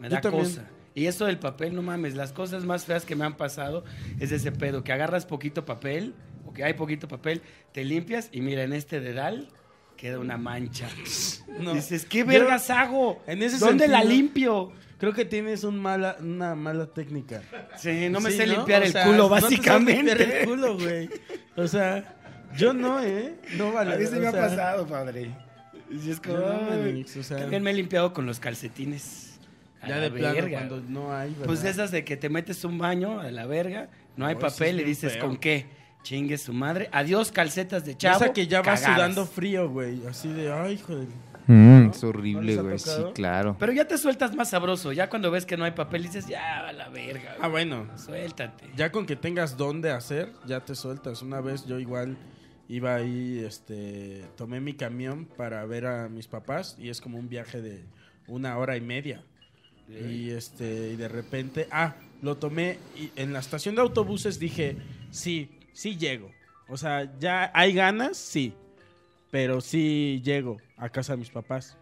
Speaker 3: Me
Speaker 2: Yo
Speaker 3: da
Speaker 2: también.
Speaker 3: cosa. Y eso del papel, no mames, las cosas más feas que me han pasado es ese pedo, que agarras poquito papel, o que hay poquito papel, te limpias y mira, en este dedal queda una mancha.
Speaker 2: No.
Speaker 3: Dices, ¿qué
Speaker 2: Yo-
Speaker 3: vergas hago?
Speaker 2: en ese
Speaker 3: ¿Dónde la
Speaker 2: sentido-
Speaker 3: limpio?
Speaker 2: Creo que tienes un mala, una mala técnica.
Speaker 3: Sí, no me
Speaker 2: Sí,
Speaker 3: sé limpiar
Speaker 2: O
Speaker 3: el
Speaker 2: sea,
Speaker 3: culo,
Speaker 2: no te sabes
Speaker 3: básicamente.
Speaker 2: limpiar el culo, güey. O sea, yo no, ¿eh? No vale.
Speaker 3: A mí se
Speaker 2: o
Speaker 3: me ha
Speaker 2: sea,
Speaker 3: pasado, padre. Y es como,
Speaker 2: No,
Speaker 3: ay.
Speaker 2: Manix, o sea,
Speaker 3: También me he limpiado con los calcetines. A
Speaker 2: Ya
Speaker 3: la
Speaker 2: de plano,
Speaker 3: verga.
Speaker 2: cuando no hay. ¿verdad?
Speaker 3: Pues de esas de que te metes un baño a la verga, no hay
Speaker 2: No, eso es
Speaker 3: papel y
Speaker 2: bien
Speaker 3: dices,
Speaker 2: feo.
Speaker 3: ¿con qué? Chingue su madre. Adiós, calcetas de chavo.
Speaker 2: Esa que ya vas
Speaker 3: cagadas.
Speaker 2: sudando frío, güey. Así de, ay, hijo de.
Speaker 1: Mm, es
Speaker 2: ¿No
Speaker 1: horrible,
Speaker 2: les ha
Speaker 1: güey. Sí,
Speaker 2: tocado?
Speaker 1: claro.
Speaker 3: Pero ya te sueltas más sabroso. Ya cuando ves que no hay papel, dices, ya, a la verga.
Speaker 2: Ah, bueno.
Speaker 3: Suéltate.
Speaker 2: Ya con que tengas dónde hacer, ya te sueltas. Una vez yo igual iba ahí, este, tomé mi camión para ver a mis papás y es como un viaje de una hora y media. Y este, y de repente, ah, lo tomé y en la estación de autobuses dije, sí, sí llego. O sea, ya hay ganas, sí, pero sí llego a casa de mis papás.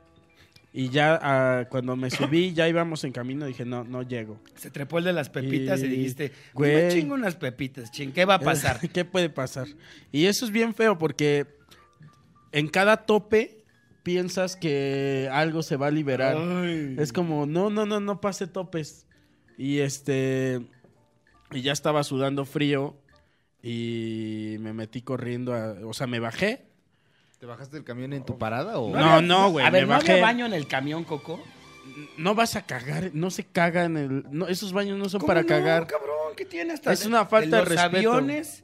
Speaker 2: Y ya ah, cuando me subí, ya íbamos en camino, dije, no, no llego.
Speaker 3: Se trepó el de las pepitas y,
Speaker 2: Y-
Speaker 3: dijiste,
Speaker 2: güey.
Speaker 3: me chingo unas pepitas, ching, ¿qué va a pasar?
Speaker 2: ¿Qué puede pasar? Y eso es bien feo porque en cada tope piensas que algo se va a liberar.
Speaker 3: Ay.
Speaker 2: Es como, no, no, no, no pase topes. Y este. Y ya estaba sudando frío. Y me metí corriendo. a- o sea, me bajé.
Speaker 1: ¿Te bajaste del camión en tu parada o...?
Speaker 2: Oh. No,
Speaker 3: había-
Speaker 2: no, güey,
Speaker 3: A ver,
Speaker 2: me
Speaker 3: ¿no había
Speaker 2: bajé.
Speaker 3: baño en el camión, Coco?
Speaker 2: No vas a cagar. No se caga en el. no, esos baños no son
Speaker 3: ¿Cómo
Speaker 2: para
Speaker 3: no,
Speaker 2: cagar.
Speaker 3: cabrón, ¿qué tiene hasta
Speaker 2: Es
Speaker 3: de-
Speaker 2: una falta de
Speaker 3: los
Speaker 2: respeto.
Speaker 3: aviones,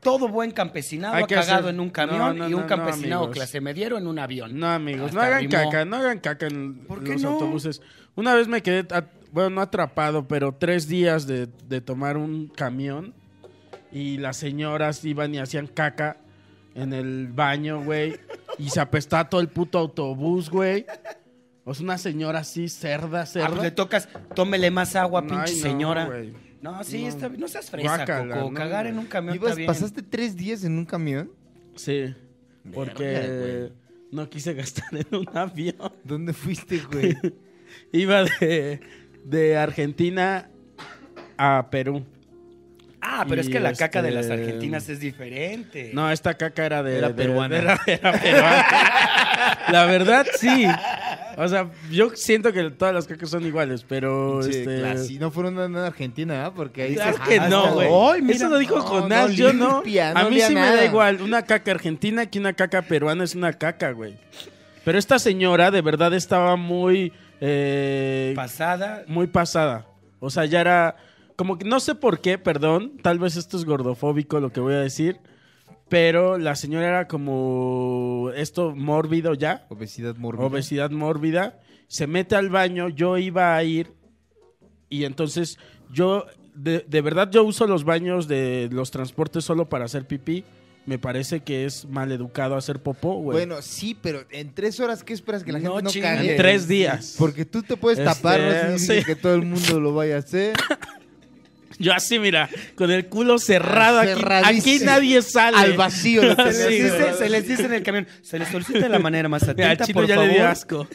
Speaker 3: todo buen campesinado
Speaker 2: Hay
Speaker 3: ha
Speaker 2: que
Speaker 3: cagado
Speaker 2: hacer-
Speaker 3: en un camión
Speaker 2: No, no,
Speaker 3: y
Speaker 2: no,
Speaker 3: un
Speaker 2: no,
Speaker 3: campesinado
Speaker 2: amigos.
Speaker 3: clase mediero en un avión. Ah,
Speaker 2: No, amigos, no
Speaker 3: Hasta
Speaker 2: hagan
Speaker 3: rimó.
Speaker 2: caca, no hagan caca en
Speaker 3: ¿Por qué
Speaker 2: los
Speaker 3: no?
Speaker 2: autobuses. Una vez me quedé, at- bueno, no atrapado, pero tres días de, de tomar un camión y las señoras iban y hacían caca en el baño, güey, y se apestaba todo el puto autobús, güey. O sea, una señora así, cerda,
Speaker 3: Ah, pues le
Speaker 2: cerda.
Speaker 3: tocas, tómele más agua, pinche
Speaker 2: Ay, no,
Speaker 3: señora.
Speaker 2: güey.
Speaker 3: No, sí,
Speaker 2: No.
Speaker 3: está bien. No seas fresa,
Speaker 2: Guácala,
Speaker 3: Coco.
Speaker 2: no,
Speaker 3: Cagar
Speaker 2: güey.
Speaker 3: en un camión
Speaker 1: Ibas-
Speaker 3: está bien.
Speaker 1: ¿Pasaste tres días en un camión?
Speaker 2: Sí, porque
Speaker 1: güey.
Speaker 2: no quise gastar en un avión.
Speaker 1: ¿Dónde fuiste, güey?
Speaker 2: Iba de, de Argentina a Perú.
Speaker 3: Ah, pero es
Speaker 2: Y
Speaker 3: que la caca de
Speaker 2: este-
Speaker 3: las argentinas es diferente.
Speaker 2: No, esta caca era de.
Speaker 1: Era
Speaker 2: de-
Speaker 1: peruana.
Speaker 2: era- era peruana. la verdad, sí. O sea, yo siento que todas las cacas son iguales, pero.
Speaker 1: Pinche
Speaker 2: este,
Speaker 1: clase. no fueron a nada a Argentina, ¿ah? Porque ahí
Speaker 2: Claro
Speaker 1: se
Speaker 2: que
Speaker 1: jala
Speaker 2: no,
Speaker 1: hasta-
Speaker 2: güey.
Speaker 1: Ay, mira,
Speaker 2: Eso lo dijo
Speaker 1: no,
Speaker 2: Jonás,
Speaker 1: no
Speaker 2: yo no.
Speaker 1: limpia,
Speaker 2: a mí
Speaker 1: olía
Speaker 2: sí me da
Speaker 1: nada.
Speaker 2: igual una caca argentina que una caca peruana es una caca, güey. Pero esta señora de verdad estaba muy. eh,
Speaker 3: Pasada.
Speaker 2: muy pasada. O sea, ya era. Como que no sé por qué, perdón. Tal vez esto es gordofóbico lo que voy a decir. Pero la señora era como esto mórbido ya,
Speaker 1: Obesidad mórbida.
Speaker 2: obesidad mórbida, se mete al baño, yo iba a ir y entonces yo, de, de verdad yo uso los baños de los transportes solo para hacer pipí, me parece que es maleducado hacer popó, güey.
Speaker 1: Bueno, sí, pero en tres horas, ¿qué esperas que la
Speaker 3: No
Speaker 1: gente no
Speaker 3: chingues.
Speaker 1: cague?
Speaker 2: en tres días.
Speaker 1: Porque tú te puedes tapar, no
Speaker 2: Este,
Speaker 1: significa
Speaker 2: sí.
Speaker 1: que todo el mundo lo vaya a hacer.
Speaker 2: Yo así, mira, con el culo cerrado aquí,
Speaker 1: Cerradísimo.
Speaker 2: aquí nadie sale.
Speaker 1: Al vacío. lo tenés.
Speaker 3: Se les,
Speaker 2: Sí,
Speaker 3: dice-
Speaker 2: güey.
Speaker 3: se les dice en el camión, se les solicita de la manera más
Speaker 2: Mira, al
Speaker 3: atenta,
Speaker 2: chino
Speaker 3: por
Speaker 2: ya
Speaker 3: favor,
Speaker 2: le dio asco.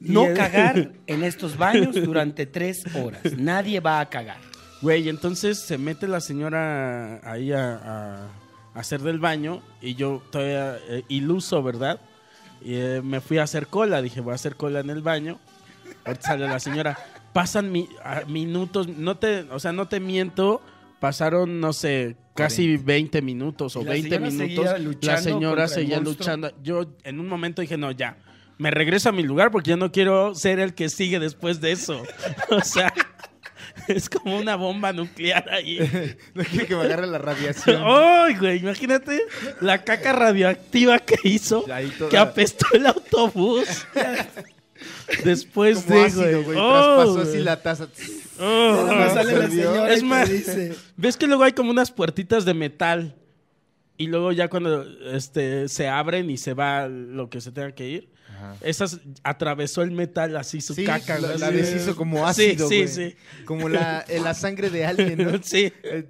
Speaker 3: no
Speaker 2: Y-
Speaker 3: cagar en estos baños durante tres horas. Nadie va a cagar.
Speaker 2: Güey, entonces se mete la señora ahí a, a- a hacer del baño y yo todavía eh, iluso, ¿verdad? Y, eh, me fui a hacer cola, dije, voy a hacer cola en el baño. Ahorita Sale la señora, pasan mi- a- minutos, no te, o sea, no te miento, pasaron, no sé, casi 20 minutos o
Speaker 3: Y la
Speaker 2: 20
Speaker 3: señora
Speaker 2: minutos.
Speaker 3: seguía luchando
Speaker 2: La señora
Speaker 3: contra el
Speaker 2: seguía
Speaker 3: monstruo.
Speaker 2: luchando. Yo en un momento dije, no, ya, me regreso a mi lugar porque yo no quiero ser el que sigue después de eso. O sea... Es como una bomba nuclear ahí.
Speaker 1: No quiero que me agarre la radiación.
Speaker 2: ¡Ay, güey! Imagínate la caca radioactiva que hizo,
Speaker 1: Ahí toda-
Speaker 2: que apestó el autobús. Después
Speaker 1: Como
Speaker 2: de,
Speaker 1: ácido, güey.
Speaker 2: ¡Oh,
Speaker 1: Traspasó así
Speaker 2: güey!
Speaker 1: la taza.
Speaker 2: ¡Oh!
Speaker 1: Nada más sale la señora
Speaker 2: Es más, ves que luego hay como unas puertitas de metal y luego ya cuando este, se abren y se va lo que se tenga que ir,
Speaker 1: Ajá.
Speaker 2: esas atravesó el metal así su
Speaker 1: Sí,
Speaker 2: caca.
Speaker 1: la,
Speaker 2: güey.
Speaker 1: la deshizo como
Speaker 2: Sí,
Speaker 1: ácido,
Speaker 2: sí,
Speaker 1: güey.
Speaker 2: sí.
Speaker 1: Como la, eh, la sangre de alguien, ¿no?
Speaker 2: Sí.
Speaker 1: Eh,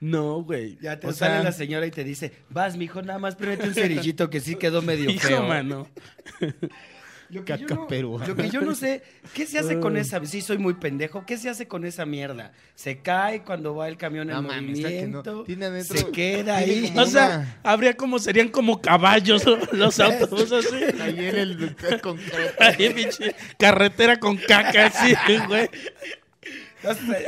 Speaker 2: No, güey.
Speaker 3: Ya te
Speaker 2: O
Speaker 3: sale
Speaker 2: sea,
Speaker 3: la señora y te dice, vas, mijo, nada más prévete un cerillito que sí quedó medio
Speaker 2: Hijo,
Speaker 3: feo.
Speaker 2: mano.
Speaker 3: Lo que, yo
Speaker 1: Caca
Speaker 3: no,
Speaker 1: peruana.
Speaker 3: lo que yo no sé, ¿qué se hace con esa? Sí, soy muy pendejo. ¿Qué se hace con esa mierda? ¿Se cae cuando va el camión en
Speaker 1: No mames, está que no.
Speaker 3: movimiento?
Speaker 1: Tiene adentro-
Speaker 3: ¿Se queda
Speaker 1: tiene
Speaker 3: ahí?
Speaker 1: como
Speaker 2: O
Speaker 1: Una-
Speaker 2: sea, habría como, serían como caballos los autobuses así.
Speaker 1: Ahí en el concreto.
Speaker 2: Ahí, pinche, carretera con caca así, güey.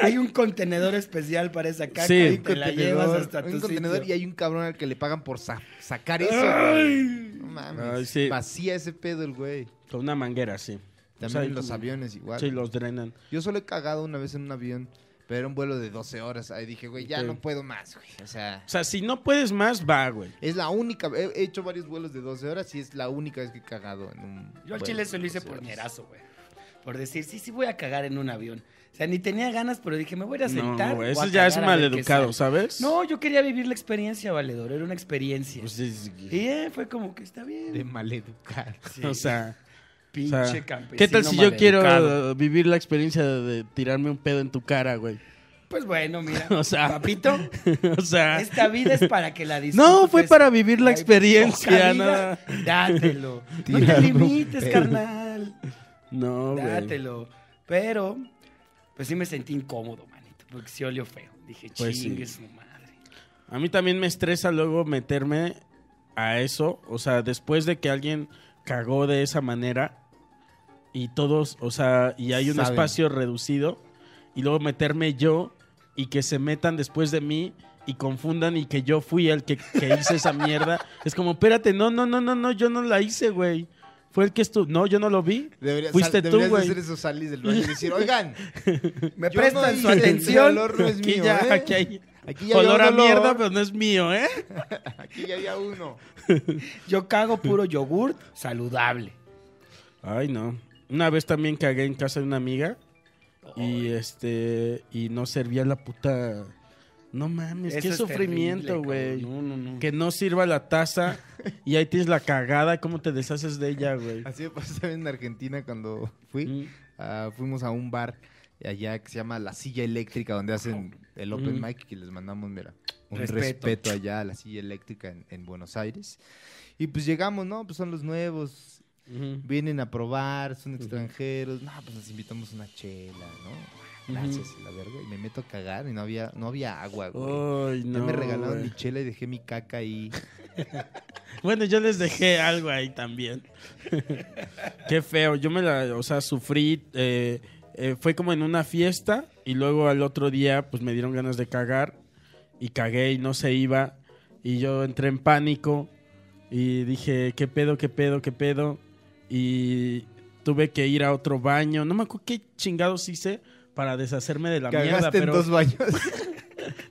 Speaker 3: Hay un contenedor especial para esa caca
Speaker 2: Sí.
Speaker 3: y
Speaker 1: Hay un
Speaker 3: te la
Speaker 1: contenedor,
Speaker 3: llevas hasta
Speaker 1: hay
Speaker 3: tu
Speaker 1: un contenedor y
Speaker 3: sitio.
Speaker 1: hay un cabrón al que le pagan por sa- sacar eso. güey. No mames.
Speaker 2: Ay, sí.
Speaker 1: Vacía ese pedo el güey.
Speaker 2: Con una manguera, sí. O
Speaker 1: También
Speaker 2: sea,
Speaker 1: en los
Speaker 2: como-
Speaker 1: aviones igual.
Speaker 2: Sí, los drenan.
Speaker 1: Yo solo he cagado una vez en un avión, pero era un vuelo de 12 horas. Ahí dije, güey, ya
Speaker 2: Ok.
Speaker 1: no puedo más, güey. O sea,
Speaker 2: O sea, si no puedes más, va, güey.
Speaker 1: es la única. He he hecho varios vuelos de 12 horas y es la única vez que he cagado en un.
Speaker 3: Yo al
Speaker 1: vuelo
Speaker 3: chile
Speaker 1: de
Speaker 3: se lo hice
Speaker 1: 12 horas.
Speaker 3: por ñerazo, güey. Por decir, sí, sí voy a cagar en un avión. O sea, ni tenía ganas, pero dije, me voy a ir a
Speaker 2: No,
Speaker 3: sentar.
Speaker 2: güey,
Speaker 3: o a
Speaker 2: eso ya es
Speaker 3: cagar a ver qué
Speaker 2: maleducado,
Speaker 3: sale".
Speaker 2: ¿sabes?
Speaker 3: No, yo quería vivir la experiencia, valedor. Era una experiencia.
Speaker 2: Pues es-
Speaker 3: Y eh, fue como que está bien.
Speaker 1: De maleducar.
Speaker 3: Sí.
Speaker 2: o sea, o
Speaker 3: pinche
Speaker 2: sea,
Speaker 3: campesino
Speaker 2: ¿qué tal si yo
Speaker 3: maleducado.
Speaker 2: quiero vivir la experiencia de tirarme un pedo en tu cara, güey?
Speaker 3: Pues bueno, mira.
Speaker 2: O sea,
Speaker 3: papito,
Speaker 2: o sea,
Speaker 3: esta vida es para que la disfrutes.
Speaker 2: no, fue para vivir la
Speaker 3: Hay poca
Speaker 2: experiencia,
Speaker 3: vida,
Speaker 2: nada.
Speaker 3: Dátelo. No te
Speaker 1: Tirarme un
Speaker 3: limites,
Speaker 1: pedo.
Speaker 3: carnal.
Speaker 2: No, güey.
Speaker 3: Dátelo. Pero, pues sí me sentí incómodo, manito, porque sí olió feo. Dije,
Speaker 2: Pues sí.
Speaker 3: chingue su madre.
Speaker 2: A mí también me estresa luego meterme a eso. O sea, después de que alguien cagó de esa manera y todos, o sea, y hay un
Speaker 1: Saben.
Speaker 2: espacio reducido y luego meterme yo y que se metan después de mí y confundan y que yo fui el que, que hice esa mierda. Es como, espérate, no, no, no, no, no, yo no la hice, güey. Fue el que estuvo. No, yo no lo vi.
Speaker 1: Deberías,
Speaker 2: Fuiste
Speaker 1: sal-
Speaker 2: tú,
Speaker 1: deberías de
Speaker 2: güey.
Speaker 1: hacer esos salis del baño y decir, oigan,
Speaker 3: Me
Speaker 1: yo
Speaker 3: prestan
Speaker 1: no
Speaker 3: su
Speaker 1: hice, el
Speaker 3: atención.
Speaker 1: olor no es
Speaker 2: Aquí
Speaker 1: mío,
Speaker 2: ya,
Speaker 1: ¿eh?
Speaker 2: aquí hay
Speaker 1: Aquí ya
Speaker 2: olor
Speaker 1: había
Speaker 2: a
Speaker 1: un olor.
Speaker 2: mierda, pero no es mío, ¿eh?
Speaker 1: Aquí ya había uno.
Speaker 3: Yo cago puro yogurt saludable.
Speaker 2: Ay, no. Una vez también cagué en casa de una amiga y este y no servía la puta. No mames,
Speaker 3: Eso
Speaker 2: qué
Speaker 3: es
Speaker 2: sufrimiento,
Speaker 3: terrible,
Speaker 2: güey.
Speaker 3: cabrón. No, no, no.
Speaker 2: Que no sirva la taza y ahí tienes la cagada, ¿cómo te deshaces de ella, güey?
Speaker 1: Así me pasó también en Argentina cuando fui.
Speaker 2: Mm.
Speaker 1: Ah, fuimos a un bar allá que se llama La Silla Eléctrica, donde hacen el Open
Speaker 2: Mm.
Speaker 1: Mic, que les mandamos, mira, un
Speaker 3: Respeto.
Speaker 1: respeto, allá a La Silla Eléctrica en, en Buenos Aires. Y pues llegamos, ¿no? Pues son los nuevos,
Speaker 2: Ujú.
Speaker 1: vienen a probar, son extranjeros. No, pues les invitamos una chela, ¿no? Gracias, y la verga. Y me meto a cagar y no había, no había agua, güey.
Speaker 2: Ay,
Speaker 1: Ya
Speaker 2: no.
Speaker 1: me regalaron
Speaker 2: güey.
Speaker 1: mi chela y dejé mi caca ahí.
Speaker 2: Bueno, yo les dejé algo ahí también. Qué feo. Yo me la, o sea, sufrí. eh, eh, fue como en una fiesta y luego al otro día, pues me dieron ganas de cagar y cagué y no se iba y yo entré en pánico y dije qué pedo, qué pedo, qué pedo y tuve que ir a otro baño. No me acuerdo qué chingados hice para deshacerme de la mierda,
Speaker 1: Cagaste en
Speaker 2: pero
Speaker 1: dos baños.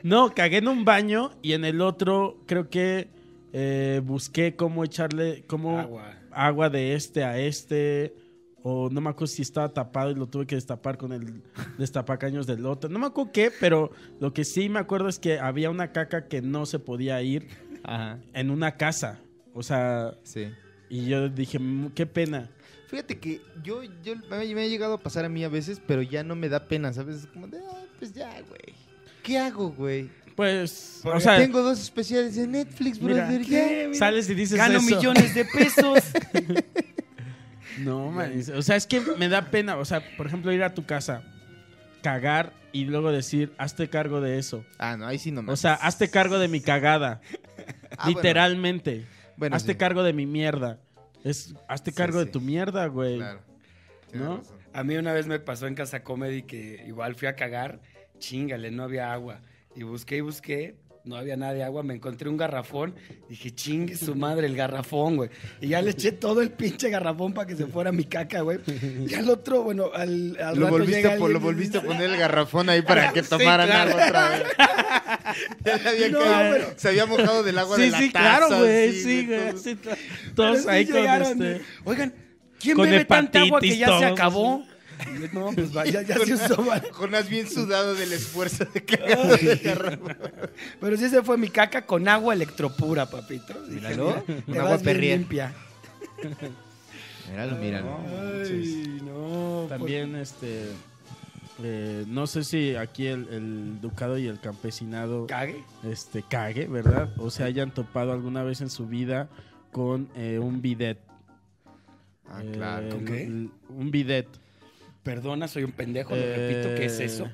Speaker 2: No, cagué en un baño y en el otro creo que eh, busqué cómo echarle cómo
Speaker 3: Agua.
Speaker 2: agua de este a este. O no me acuerdo si estaba tapado y lo tuve que destapar con el destapacaños del otro. No me acuerdo qué, pero lo que sí me acuerdo es que había una caca que no se podía ir
Speaker 1: Ajá.
Speaker 2: en una casa. O sea,
Speaker 1: Sí.
Speaker 2: y yo dije, "Mm, qué pena.
Speaker 1: Fíjate que yo, yo me, me ha llegado a pasar a mí a veces, pero ya no me da pena, ¿sabes? Es como de, "Ah, pues ya, güey. ¿Qué hago, güey?
Speaker 2: Pues, o
Speaker 1: Porque
Speaker 2: sea,
Speaker 1: tengo dos especiales de Netflix,
Speaker 2: mira,
Speaker 1: brother. ya.
Speaker 2: sales y dices
Speaker 3: Gano
Speaker 2: eso.
Speaker 3: millones de pesos.
Speaker 2: No, man, es- o sea, es que me da pena, o sea, por ejemplo, ir a tu casa, cagar y luego decir, hazte cargo de eso.
Speaker 1: Ah, no, ahí sí no me.
Speaker 2: O sea, hazte cargo de mi cagada,
Speaker 1: Ah, bueno.
Speaker 2: literalmente.
Speaker 1: Bueno,
Speaker 2: hazte
Speaker 1: sí,
Speaker 2: cargo de mi mierda. Es, hazte
Speaker 1: Sí,
Speaker 2: cargo
Speaker 1: sí.
Speaker 2: de tu mierda, güey.
Speaker 1: Claro. Tienes
Speaker 2: ¿No?
Speaker 1: razón.
Speaker 3: A mí una vez me pasó en Casa Comedy que igual fui a cagar, chingale, no había agua. Y busqué y busqué, no había nada de agua, me encontré un garrafón, dije, chingue su madre el garrafón, güey. Y ya le eché todo el pinche garrafón para que se fuera mi caca, güey. Y al otro, bueno, al, al
Speaker 1: Lo
Speaker 3: rato
Speaker 1: volviste,
Speaker 3: llega
Speaker 1: a po-
Speaker 3: alguien
Speaker 1: lo
Speaker 3: y
Speaker 1: volviste a
Speaker 3: dice,
Speaker 1: poner el garrafón ahí para que tomaran
Speaker 3: claro.
Speaker 1: agua otra vez. Ya le había
Speaker 3: No,
Speaker 1: caído-
Speaker 3: pero-
Speaker 1: Se había mojado del agua de
Speaker 2: Sí,
Speaker 1: la
Speaker 2: sí,
Speaker 1: taza,
Speaker 2: claro, güey.
Speaker 1: así, de
Speaker 2: Sí, güey.
Speaker 1: todo.
Speaker 2: sí, to-
Speaker 3: "Pero
Speaker 2: todos
Speaker 3: sí
Speaker 2: ahí con
Speaker 3: llegaron". eh".
Speaker 2: este.
Speaker 3: Oigan, ¿quién
Speaker 2: con
Speaker 3: bebe tanta agua que
Speaker 2: hepatitis,
Speaker 3: ya se
Speaker 2: todos.
Speaker 3: acabó? Y yo, No, pues va, ya, ya se usó, va.
Speaker 1: Jonás bien sudado del esfuerzo de cagar del garrafón.
Speaker 3: Pero sí se fue mi caca con agua electropura, papito. Dije,
Speaker 1: Míralo,
Speaker 3: "Mira,
Speaker 1: un
Speaker 3: te
Speaker 1: agua
Speaker 3: vas bien
Speaker 1: perrier".
Speaker 3: limpia.
Speaker 1: Míralo,
Speaker 3: Ay, no.
Speaker 2: También, este. eh, no sé si aquí el, el ducado y el campesinado
Speaker 3: Cague.
Speaker 2: este, cague, ¿verdad? O se hayan topado alguna vez en su vida con eh, un bidet.
Speaker 1: Ah,
Speaker 2: Eh,
Speaker 1: claro.
Speaker 3: ¿con qué?
Speaker 2: l- Un bidet.
Speaker 3: Perdona, soy un pendejo, lo
Speaker 2: Eh,
Speaker 3: repito, ¿qué es eso?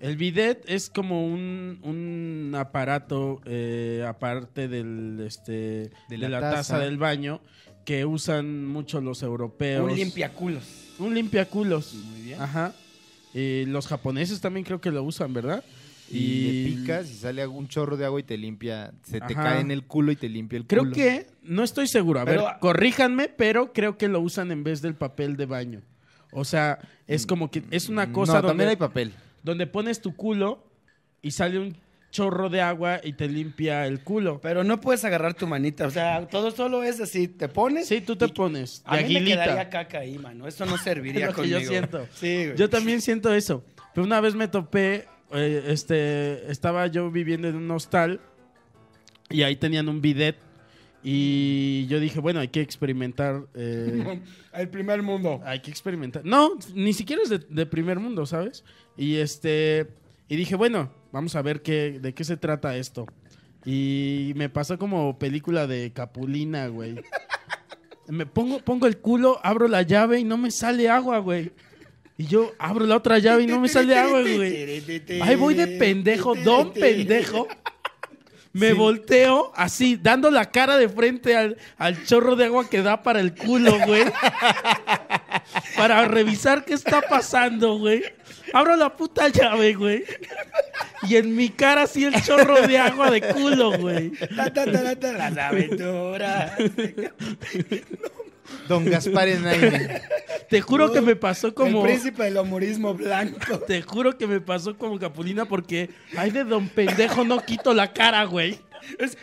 Speaker 2: El bidet es como un, un aparato eh, aparte del, este,
Speaker 1: De
Speaker 2: de,
Speaker 1: la
Speaker 2: la
Speaker 1: taza.
Speaker 2: taza. del baño que usan mucho los europeos.
Speaker 3: Un limpiaculos. Ah,
Speaker 2: Un limpiaculos.
Speaker 3: Muy bien.
Speaker 2: Ajá. Eh, los japoneses también creo que lo usan, ¿verdad?
Speaker 1: Y le picas y sale un chorro de agua y te limpia. Se te
Speaker 2: Ajá.
Speaker 1: cae en el culo y te limpia el
Speaker 2: Creo
Speaker 1: culo.
Speaker 2: que, no estoy seguro, a
Speaker 3: Pero- ah,
Speaker 2: ver, corríjanme, pero creo que lo usan en vez del papel de baño. O sea, es como que es
Speaker 3: Mm,
Speaker 2: una cosa
Speaker 1: No,
Speaker 2: donde,
Speaker 1: también hay papel.
Speaker 2: donde pones tu culo y sale un chorro de agua y te limpia el culo.
Speaker 3: Pero no puedes agarrar tu manita, o sea, todo solo es así, te pones.
Speaker 2: Sí, tú te
Speaker 3: y-
Speaker 2: pones de
Speaker 3: A mí me quedaría
Speaker 2: aguilita.
Speaker 3: caca ahí, mano. Eso no serviría
Speaker 2: Lo que yo
Speaker 3: conmigo.
Speaker 2: siento.
Speaker 3: Sí, güey.
Speaker 2: Yo también siento eso. Pero una vez me topé, eh, este, estaba yo viviendo en un hostal y ahí tenían un bidet y yo dije, bueno, hay que experimentar eh,
Speaker 3: El primer mundo.
Speaker 2: Hay que experimentar. No, ni siquiera es de, de primer mundo, ¿sabes? Y este. Y dije, bueno, vamos a ver qué, de qué se trata esto. Y me pasó como película de Capulina, güey. Me pongo, pongo el culo, abro la llave y no me sale agua, güey. Y yo abro la otra llave y no me sale agua, güey. Ahí voy de pendejo, don pendejo. Me volteo así, dando la cara de frente al, al chorro de agua que da para el culo, güey. para revisar qué está pasando, güey. Abro la puta llave, güey. Y en mi cara así el chorro de agua de culo, güey.
Speaker 3: Ta, ta, ta, ta, ta, Las aventuras.
Speaker 1: Don Gaspar Enaime.
Speaker 2: Te juro que me pasó como...
Speaker 3: El príncipe del humorismo blanco.
Speaker 2: Te juro que me pasó como capulina porque, ay, de don pendejo no quito la cara, güey. Es-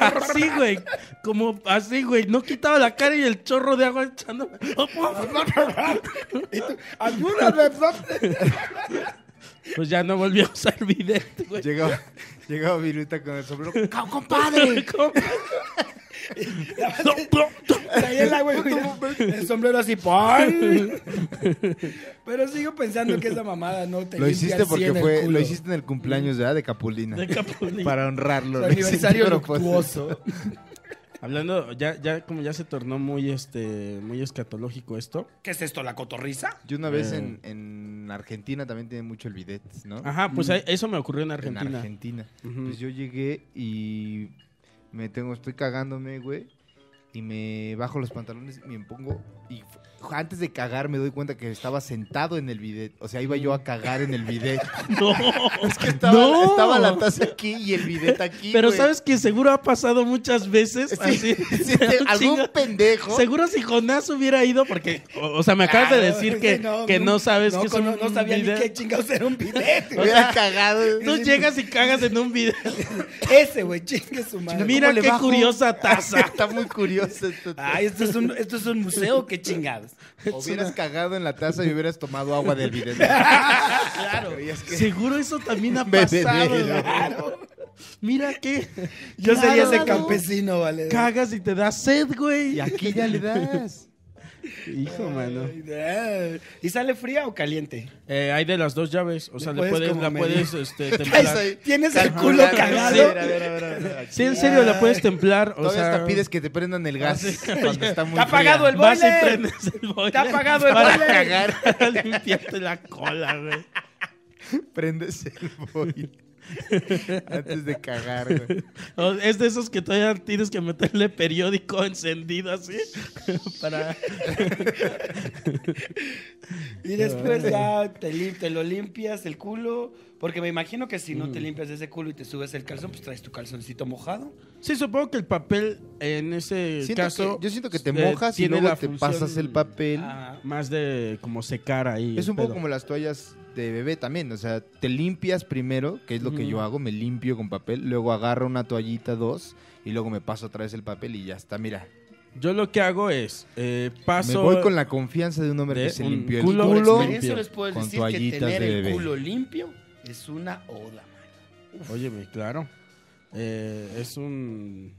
Speaker 2: Así, güey. Como así, güey. No quitaba la cara y el chorro de agua echándome.
Speaker 3: Algunas veces.
Speaker 2: Pues ya no volví a usar bidet, güey.
Speaker 1: Llegaba, llegaba Viruta con el sombrero.
Speaker 2: ¡Cao, compadre!
Speaker 3: Traía el agua, güey, El sombrero así. ¡pon! Pero sigo pensando que esa mamada no te
Speaker 1: Lo
Speaker 3: limpia
Speaker 1: hiciste
Speaker 3: al
Speaker 1: porque
Speaker 3: 100 el
Speaker 1: fue.
Speaker 3: culo.
Speaker 1: Lo hiciste en el cumpleaños ¿verdad? de Capulina.
Speaker 2: De capulina.
Speaker 1: Para honrarlo.
Speaker 3: Su
Speaker 1: lo hiciste pues,
Speaker 3: aniversario
Speaker 1: a propósito.
Speaker 3: luctuoso.
Speaker 2: Hablando, ya, ya, como ya se tornó muy, este, muy escatológico esto.
Speaker 3: ¿Qué es esto, la cotorriza?
Speaker 1: Yo una vez
Speaker 2: Eh.
Speaker 1: en, en Argentina también tiene mucho el bidet, ¿no?
Speaker 2: Ajá, pues ahí- eso me ocurrió en Argentina.
Speaker 1: Mm. En Argentina.
Speaker 2: Ujú.
Speaker 1: Pues yo llegué y me tengo, estoy cagándome, güey. Y me bajo los pantalones y me pongo. Y f- antes de cagar me doy cuenta que estaba sentado en el bidet. O sea, iba yo a cagar en el bidet. es que estaba,
Speaker 2: No.
Speaker 1: estaba la taza aquí y el bidet aquí.
Speaker 2: Pero
Speaker 1: güey.
Speaker 2: sabes que seguro ha pasado muchas veces.
Speaker 1: Sí,
Speaker 2: así.
Speaker 1: sí, algún
Speaker 2: Chinga.
Speaker 1: pendejo.
Speaker 2: Seguro si Jonás hubiera ido, porque, o, o sea, me acabas de
Speaker 3: Claro,
Speaker 2: decir
Speaker 3: sí,
Speaker 2: que, que no, sabes
Speaker 3: no,
Speaker 2: que es
Speaker 3: cono-
Speaker 2: un
Speaker 3: no sabía
Speaker 2: bidet.
Speaker 3: ni qué chingados era un bidet. güey.
Speaker 1: Hubiera cagado.
Speaker 2: Tú llegas y cagas en un video.
Speaker 3: Ese, güey, chingue su madre.
Speaker 2: Mira
Speaker 1: ¿cómo le
Speaker 2: qué
Speaker 1: bajo?
Speaker 2: curiosa taza.
Speaker 1: Está muy curioso esto.
Speaker 3: Ay, esto es un, esto es un museo, qué chingados.
Speaker 1: hubieras cagado en la taza y hubieras tomado agua del bidet.
Speaker 2: Claro.
Speaker 1: Creías que-
Speaker 2: Seguro eso también ha
Speaker 1: Bebedero.
Speaker 2: pasado. güey. Mira qué.
Speaker 3: Yo sería
Speaker 2: Claro.
Speaker 3: ese campesino, vale.
Speaker 2: Cagas y te da sed, güey.
Speaker 1: Y aquí ya le das.
Speaker 4: Hijo, mano.
Speaker 3: Ay, ay. ¿Y sale fría o caliente?
Speaker 2: Eh, hay de las dos llaves. O sea,
Speaker 3: Le
Speaker 2: le puedes,
Speaker 3: puedes como
Speaker 2: la
Speaker 3: medir.
Speaker 2: puedes este,
Speaker 1: Ahí
Speaker 2: templar.
Speaker 1: soy.
Speaker 3: Tienes el culo
Speaker 1: Calculando.
Speaker 3: cagado.
Speaker 1: Sí, a ver, a ver, a ver, a ver.
Speaker 2: Sí, en serio, la puedes templar. O
Speaker 1: Todavía
Speaker 2: sea, Ah,
Speaker 1: hasta pides que te prendan el gas cuando está muy
Speaker 3: Está apagado el
Speaker 2: Vas y
Speaker 3: boiler.
Speaker 2: prendes el boiler.
Speaker 3: Está apagado el
Speaker 2: para
Speaker 3: boiler.
Speaker 2: cagar. Para limpiarte la cola, güey.
Speaker 1: fría. Prendes el boiler antes de cagar, güey.
Speaker 2: O- Es de esos que todavía tienes que meterle periódico encendido así. Para...
Speaker 3: Y después ya te, lim- te lo limpias el culo. Porque me imagino que si no
Speaker 2: Mm.
Speaker 3: te limpias ese culo y te subes el calzón, pues traes tu calzoncito mojado.
Speaker 2: Sí, supongo que el papel en ese
Speaker 1: Siento
Speaker 2: caso.
Speaker 1: que- yo siento que te
Speaker 2: eh,
Speaker 1: mojas y
Speaker 2: tiene
Speaker 1: luego
Speaker 2: la
Speaker 1: te
Speaker 2: función
Speaker 1: pasas el papel.
Speaker 3: Ah,
Speaker 2: Más de como secar ahí.
Speaker 1: es
Speaker 2: el
Speaker 1: un poco
Speaker 2: pedo.
Speaker 1: como las toallas de bebé también, o sea, te limpias primero, que es lo que yo hago, me limpio con papel, luego agarro una toallita, dos, y luego me paso otra vez el papel y ya está, mira.
Speaker 2: Yo lo que hago es. eh, paso.
Speaker 1: me voy con la confianza de un hombre
Speaker 2: de
Speaker 1: que se
Speaker 2: un
Speaker 1: limpió el
Speaker 2: culo
Speaker 1: culo.
Speaker 2: por
Speaker 3: Por
Speaker 2: Culo.
Speaker 3: experiencia les puedo
Speaker 1: Con
Speaker 3: decir que
Speaker 1: toallitas
Speaker 3: tener
Speaker 1: de
Speaker 3: el
Speaker 1: bebé.
Speaker 3: culo limpio es una oda.
Speaker 2: Óyeme, claro. Eh, es un.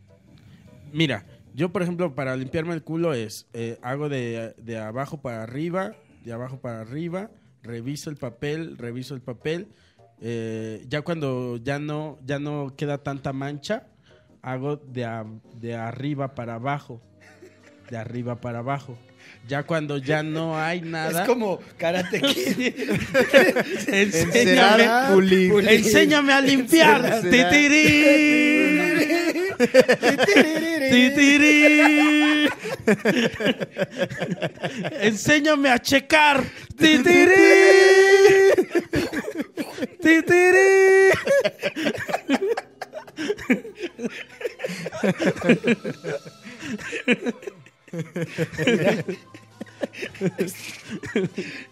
Speaker 2: Mira, yo por ejemplo, para limpiarme el culo es. eh, hago de, de abajo para arriba, de abajo para arriba, reviso el papel, reviso el papel. eh, ya cuando ya no, ya no queda tanta mancha, hago de, a- de arriba para abajo. De arriba para abajo. Ya cuando ya no hay nada.
Speaker 3: Es como karate kid.
Speaker 2: enséñame,
Speaker 1: Encerada, pulir.
Speaker 2: enséñame a limpiar.
Speaker 1: Encerada.
Speaker 2: Titirín. Titirí. Enséñame a checar. Titirí. Titirí.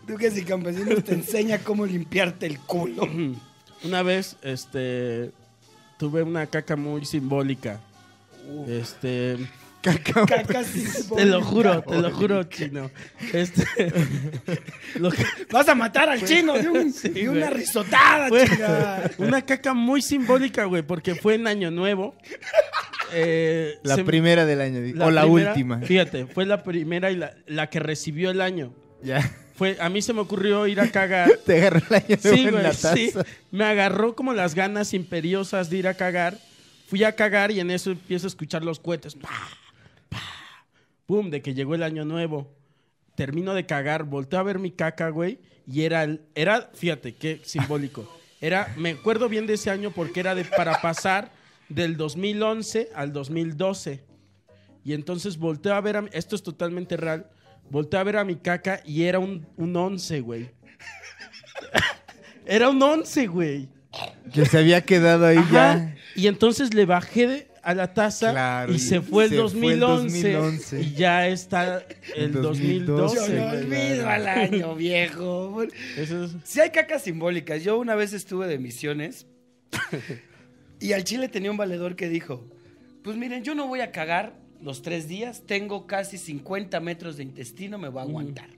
Speaker 3: Tú que si campesino te enseña cómo limpiarte el culo.
Speaker 2: Una vez, este, tuve una caca muy simbólica. Este,
Speaker 3: Caca sin
Speaker 2: te lo juro, te lo juro, chino. Este, lo que-
Speaker 3: Vas a matar al chino de, un-
Speaker 2: Pues, Sí,
Speaker 3: de una
Speaker 2: güey. Pues,
Speaker 3: risotada,
Speaker 2: Fue
Speaker 3: Ah, chingada.
Speaker 2: una caca muy simbólica, güey, porque fue en Año Nuevo. Eh,
Speaker 1: La
Speaker 2: se-
Speaker 1: primera del año, di- o la
Speaker 2: primera-
Speaker 1: última.
Speaker 2: Fíjate, fue la primera y la, la que recibió el año.
Speaker 1: Ya,
Speaker 2: Fue, a mí se me ocurrió ir a cagar.
Speaker 1: te agarró el año nuevo
Speaker 2: Sí,
Speaker 1: en la
Speaker 2: güey,
Speaker 1: taza.
Speaker 2: sí. Me agarró como las ganas imperiosas de ir a cagar. Fui a cagar y en eso empiezo a escuchar los cohetes. Pa, pa, Pum, de que llegó el año nuevo. Termino de cagar, volteo a ver mi caca, güey. Y era, el- era fíjate, qué simbólico. Era, me acuerdo bien de ese año porque era de, para pasar del 2011 al 2012. Y entonces volteo a ver a mi, esto es totalmente real, volteo a ver a mi caca y era un, un 11, güey. era un 11, güey.
Speaker 1: Que se había quedado ahí
Speaker 2: Ajá.
Speaker 1: ya.
Speaker 2: Y entonces le bajé de- a la taza
Speaker 1: Claro,
Speaker 2: y
Speaker 1: y
Speaker 2: se fue el
Speaker 1: se fue el
Speaker 2: 2011.
Speaker 1: 2011.
Speaker 2: Y ya está el
Speaker 1: El
Speaker 2: 2012.
Speaker 1: 2012,
Speaker 3: Yo no
Speaker 2: güey.
Speaker 3: olvido al año viejo.
Speaker 2: Eso es-
Speaker 3: Si hay cacas simbólicas. Yo una vez estuve de misiones y al chile tenía un valedor que dijo, pues miren, yo no voy a cagar los tres días, tengo casi 50 metros de intestino, me voy a aguantar.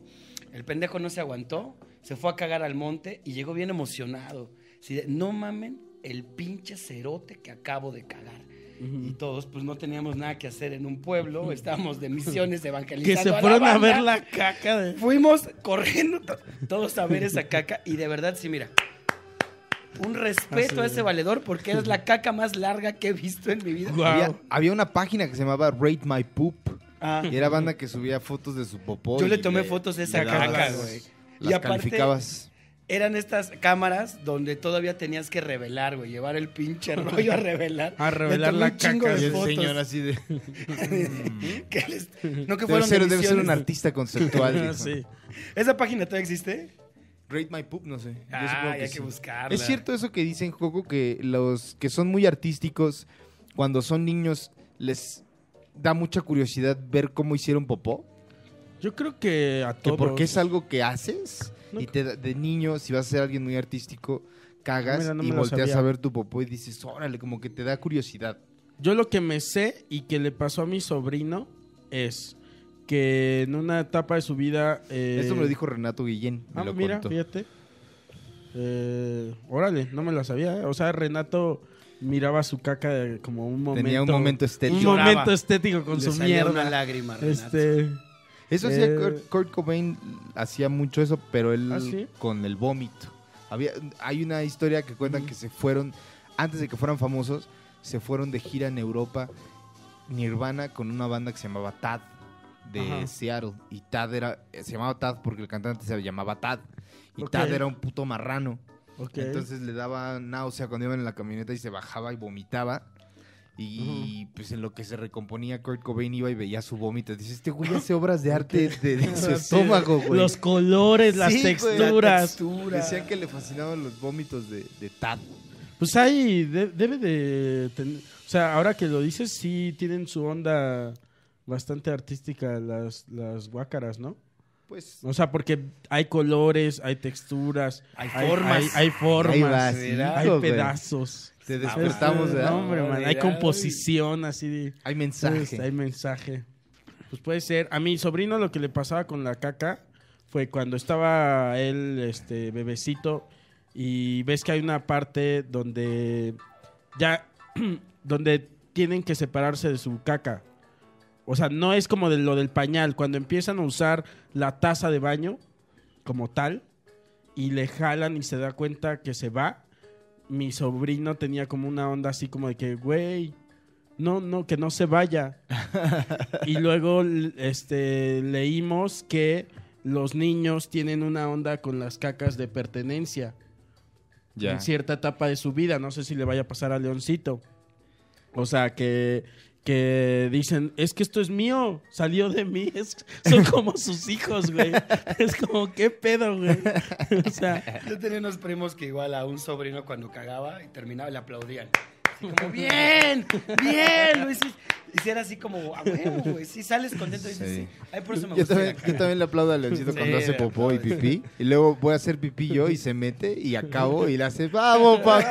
Speaker 3: El pendejo no se aguantó, se fue a cagar al monte y llegó bien emocionado. Así de, no mamen el pinche cerote que acabo de cagar. Y todos, pues no teníamos nada que hacer en un pueblo, estábamos de misiones
Speaker 2: que
Speaker 3: evangelizando.
Speaker 2: se
Speaker 3: la
Speaker 2: fueron a
Speaker 3: banda.
Speaker 2: ver la caca de...
Speaker 3: Fuimos corriendo to- todos a ver esa caca y de verdad, sí, mira. Un respeto a ese valedor porque es la caca más larga que he visto en mi vida.
Speaker 2: Guau.
Speaker 1: Había, había una página que se llamaba Rate My Poop.
Speaker 3: Ah,
Speaker 1: Y era banda que subía fotos de su popó.
Speaker 3: yo
Speaker 1: y
Speaker 3: le tomé fotos de esa
Speaker 1: le dabas-
Speaker 3: caca, güey.
Speaker 1: Las
Speaker 3: aparte,
Speaker 1: calificabas.
Speaker 3: Eran estas cámaras donde todavía tenías que revelar, güey. Llevar el pinche rollo a revelar.
Speaker 2: A revelar
Speaker 3: Me tomé
Speaker 2: la
Speaker 3: un chingo
Speaker 2: caca
Speaker 3: de
Speaker 1: Y el
Speaker 3: fotos.
Speaker 1: señor así de...
Speaker 3: Que les- No que
Speaker 1: Debe
Speaker 3: fueron
Speaker 1: ser, debe ser
Speaker 3: ediciones.
Speaker 1: un artista conceptual. dijo.
Speaker 2: Ah, sí.
Speaker 3: ¿Esa página todavía existe?
Speaker 5: Rate My Poop, no sé. Yo
Speaker 3: Ah,
Speaker 5: supongo
Speaker 3: hay que
Speaker 5: sí.
Speaker 3: buscarla.
Speaker 1: ¿Es cierto eso que dicen, Joco, que los que son muy artísticos, cuando son niños, les da mucha curiosidad ver cómo hicieron popó?
Speaker 2: Yo creo que a
Speaker 1: Que
Speaker 2: todos.
Speaker 1: porque es algo que haces
Speaker 2: No
Speaker 1: y te da- de niño, si vas a ser alguien muy artístico, cagas
Speaker 2: Mira, no
Speaker 1: y
Speaker 2: me lo
Speaker 1: volteas
Speaker 2: sabía.
Speaker 1: a ver tu popó y dices, órale, como que te da curiosidad.
Speaker 2: Yo lo que me sé y que le pasó a mi sobrino es que en una etapa de su vida. eh,
Speaker 1: Esto me lo dijo Renato Guillén, me
Speaker 2: Ah,
Speaker 1: lo
Speaker 2: mira,
Speaker 1: contó.
Speaker 2: fíjate. Eh, órale, no me la sabía. ¿eh? O sea, Renato miraba su caca de- como un momento.
Speaker 1: Tenía un momento estético.
Speaker 2: un
Speaker 3: Lloraba.
Speaker 2: momento estético con
Speaker 3: Le
Speaker 2: su
Speaker 3: salió
Speaker 2: mierda.
Speaker 3: una lágrima, Renato.
Speaker 2: este.
Speaker 1: Eso
Speaker 2: Eh,
Speaker 1: hacía Kurt, Kurt Cobain, hacía mucho eso, pero él
Speaker 2: ¿Ah, sí?
Speaker 1: con el vómito. Había, hay una historia que cuentan que se fueron, antes de que fueran famosos, se fueron de gira en Europa Nirvana con una banda que se llamaba Tad de
Speaker 2: Ajá.
Speaker 1: Seattle. Y Tad era, se llamaba Tad porque el cantante se llamaba Tad. Y
Speaker 2: Ok.
Speaker 1: Tad era un puto marrano.
Speaker 2: ok.
Speaker 1: Entonces le daba náusea cuando iban en la camioneta y se bajaba y vomitaba. Y pues en lo que se recomponía, Kurt Cobain iba y veía su vómito. Dice, este güey hace obras de arte de, de su estómago, güey.
Speaker 2: Este, Los colores, las
Speaker 1: Sí, güey, la
Speaker 2: texturas.
Speaker 1: textura. Decían que le fascinaban los vómitos de, de Tad.
Speaker 2: Pues ahí de- debe de tener... O sea, ahora que lo dices, sí tienen su onda bastante artística las, las guácaras, ¿no?
Speaker 1: Pues
Speaker 2: O sea, porque hay colores, hay texturas,
Speaker 3: Hay formas.
Speaker 2: hay, hay formas,
Speaker 1: Ahí vas,
Speaker 2: hay
Speaker 1: hijo, güey.
Speaker 2: pedazos.
Speaker 1: te despertamos,
Speaker 2: Este,
Speaker 1: ¿verdad?
Speaker 2: no, hombre, man, hay
Speaker 3: Ay.
Speaker 2: composición así de...
Speaker 1: Hay mensaje.
Speaker 2: Este, hay mensaje. Pues puede ser. A mi sobrino lo que le pasaba con la caca fue cuando estaba él, este, bebecito, y ves que hay una parte donde ya, donde tienen que separarse de su caca. O sea, no es como de lo del pañal. Cuando empiezan a usar la taza de baño como tal y le jalan y se da cuenta que se va, mi sobrino tenía como una onda así como de que, güey, no, no, que no se vaya. y luego l- este, leímos que los niños tienen una onda con las cacas de pertenencia en cierta etapa de su vida. No sé si le vaya a pasar a Leoncito. O sea, que, que dicen, es que esto es mío, salió de mí. Es- son como sus hijos, güey. Es como, ¿qué pedo, güey? O sea,
Speaker 3: Yo tenía unos primos que igual a un sobrino cuando cagaba y terminaba le aplaudían. Así como, bien, bien, lo hiciste. Y si era así como, a huevo, güey. Si sales contento, dices, sí.
Speaker 1: Sí.
Speaker 3: Ay, por eso me
Speaker 1: Yo
Speaker 3: gusta ir
Speaker 1: también,
Speaker 3: a
Speaker 1: yo
Speaker 3: cagar".
Speaker 1: también le aplaudo a Leoncito
Speaker 3: Sí,
Speaker 1: cuando hace
Speaker 3: le
Speaker 1: popó y
Speaker 3: aplaudes.
Speaker 1: pipí. Y luego voy a hacer pipí yo y se mete y acabo y le hace, ¡vamos, papi!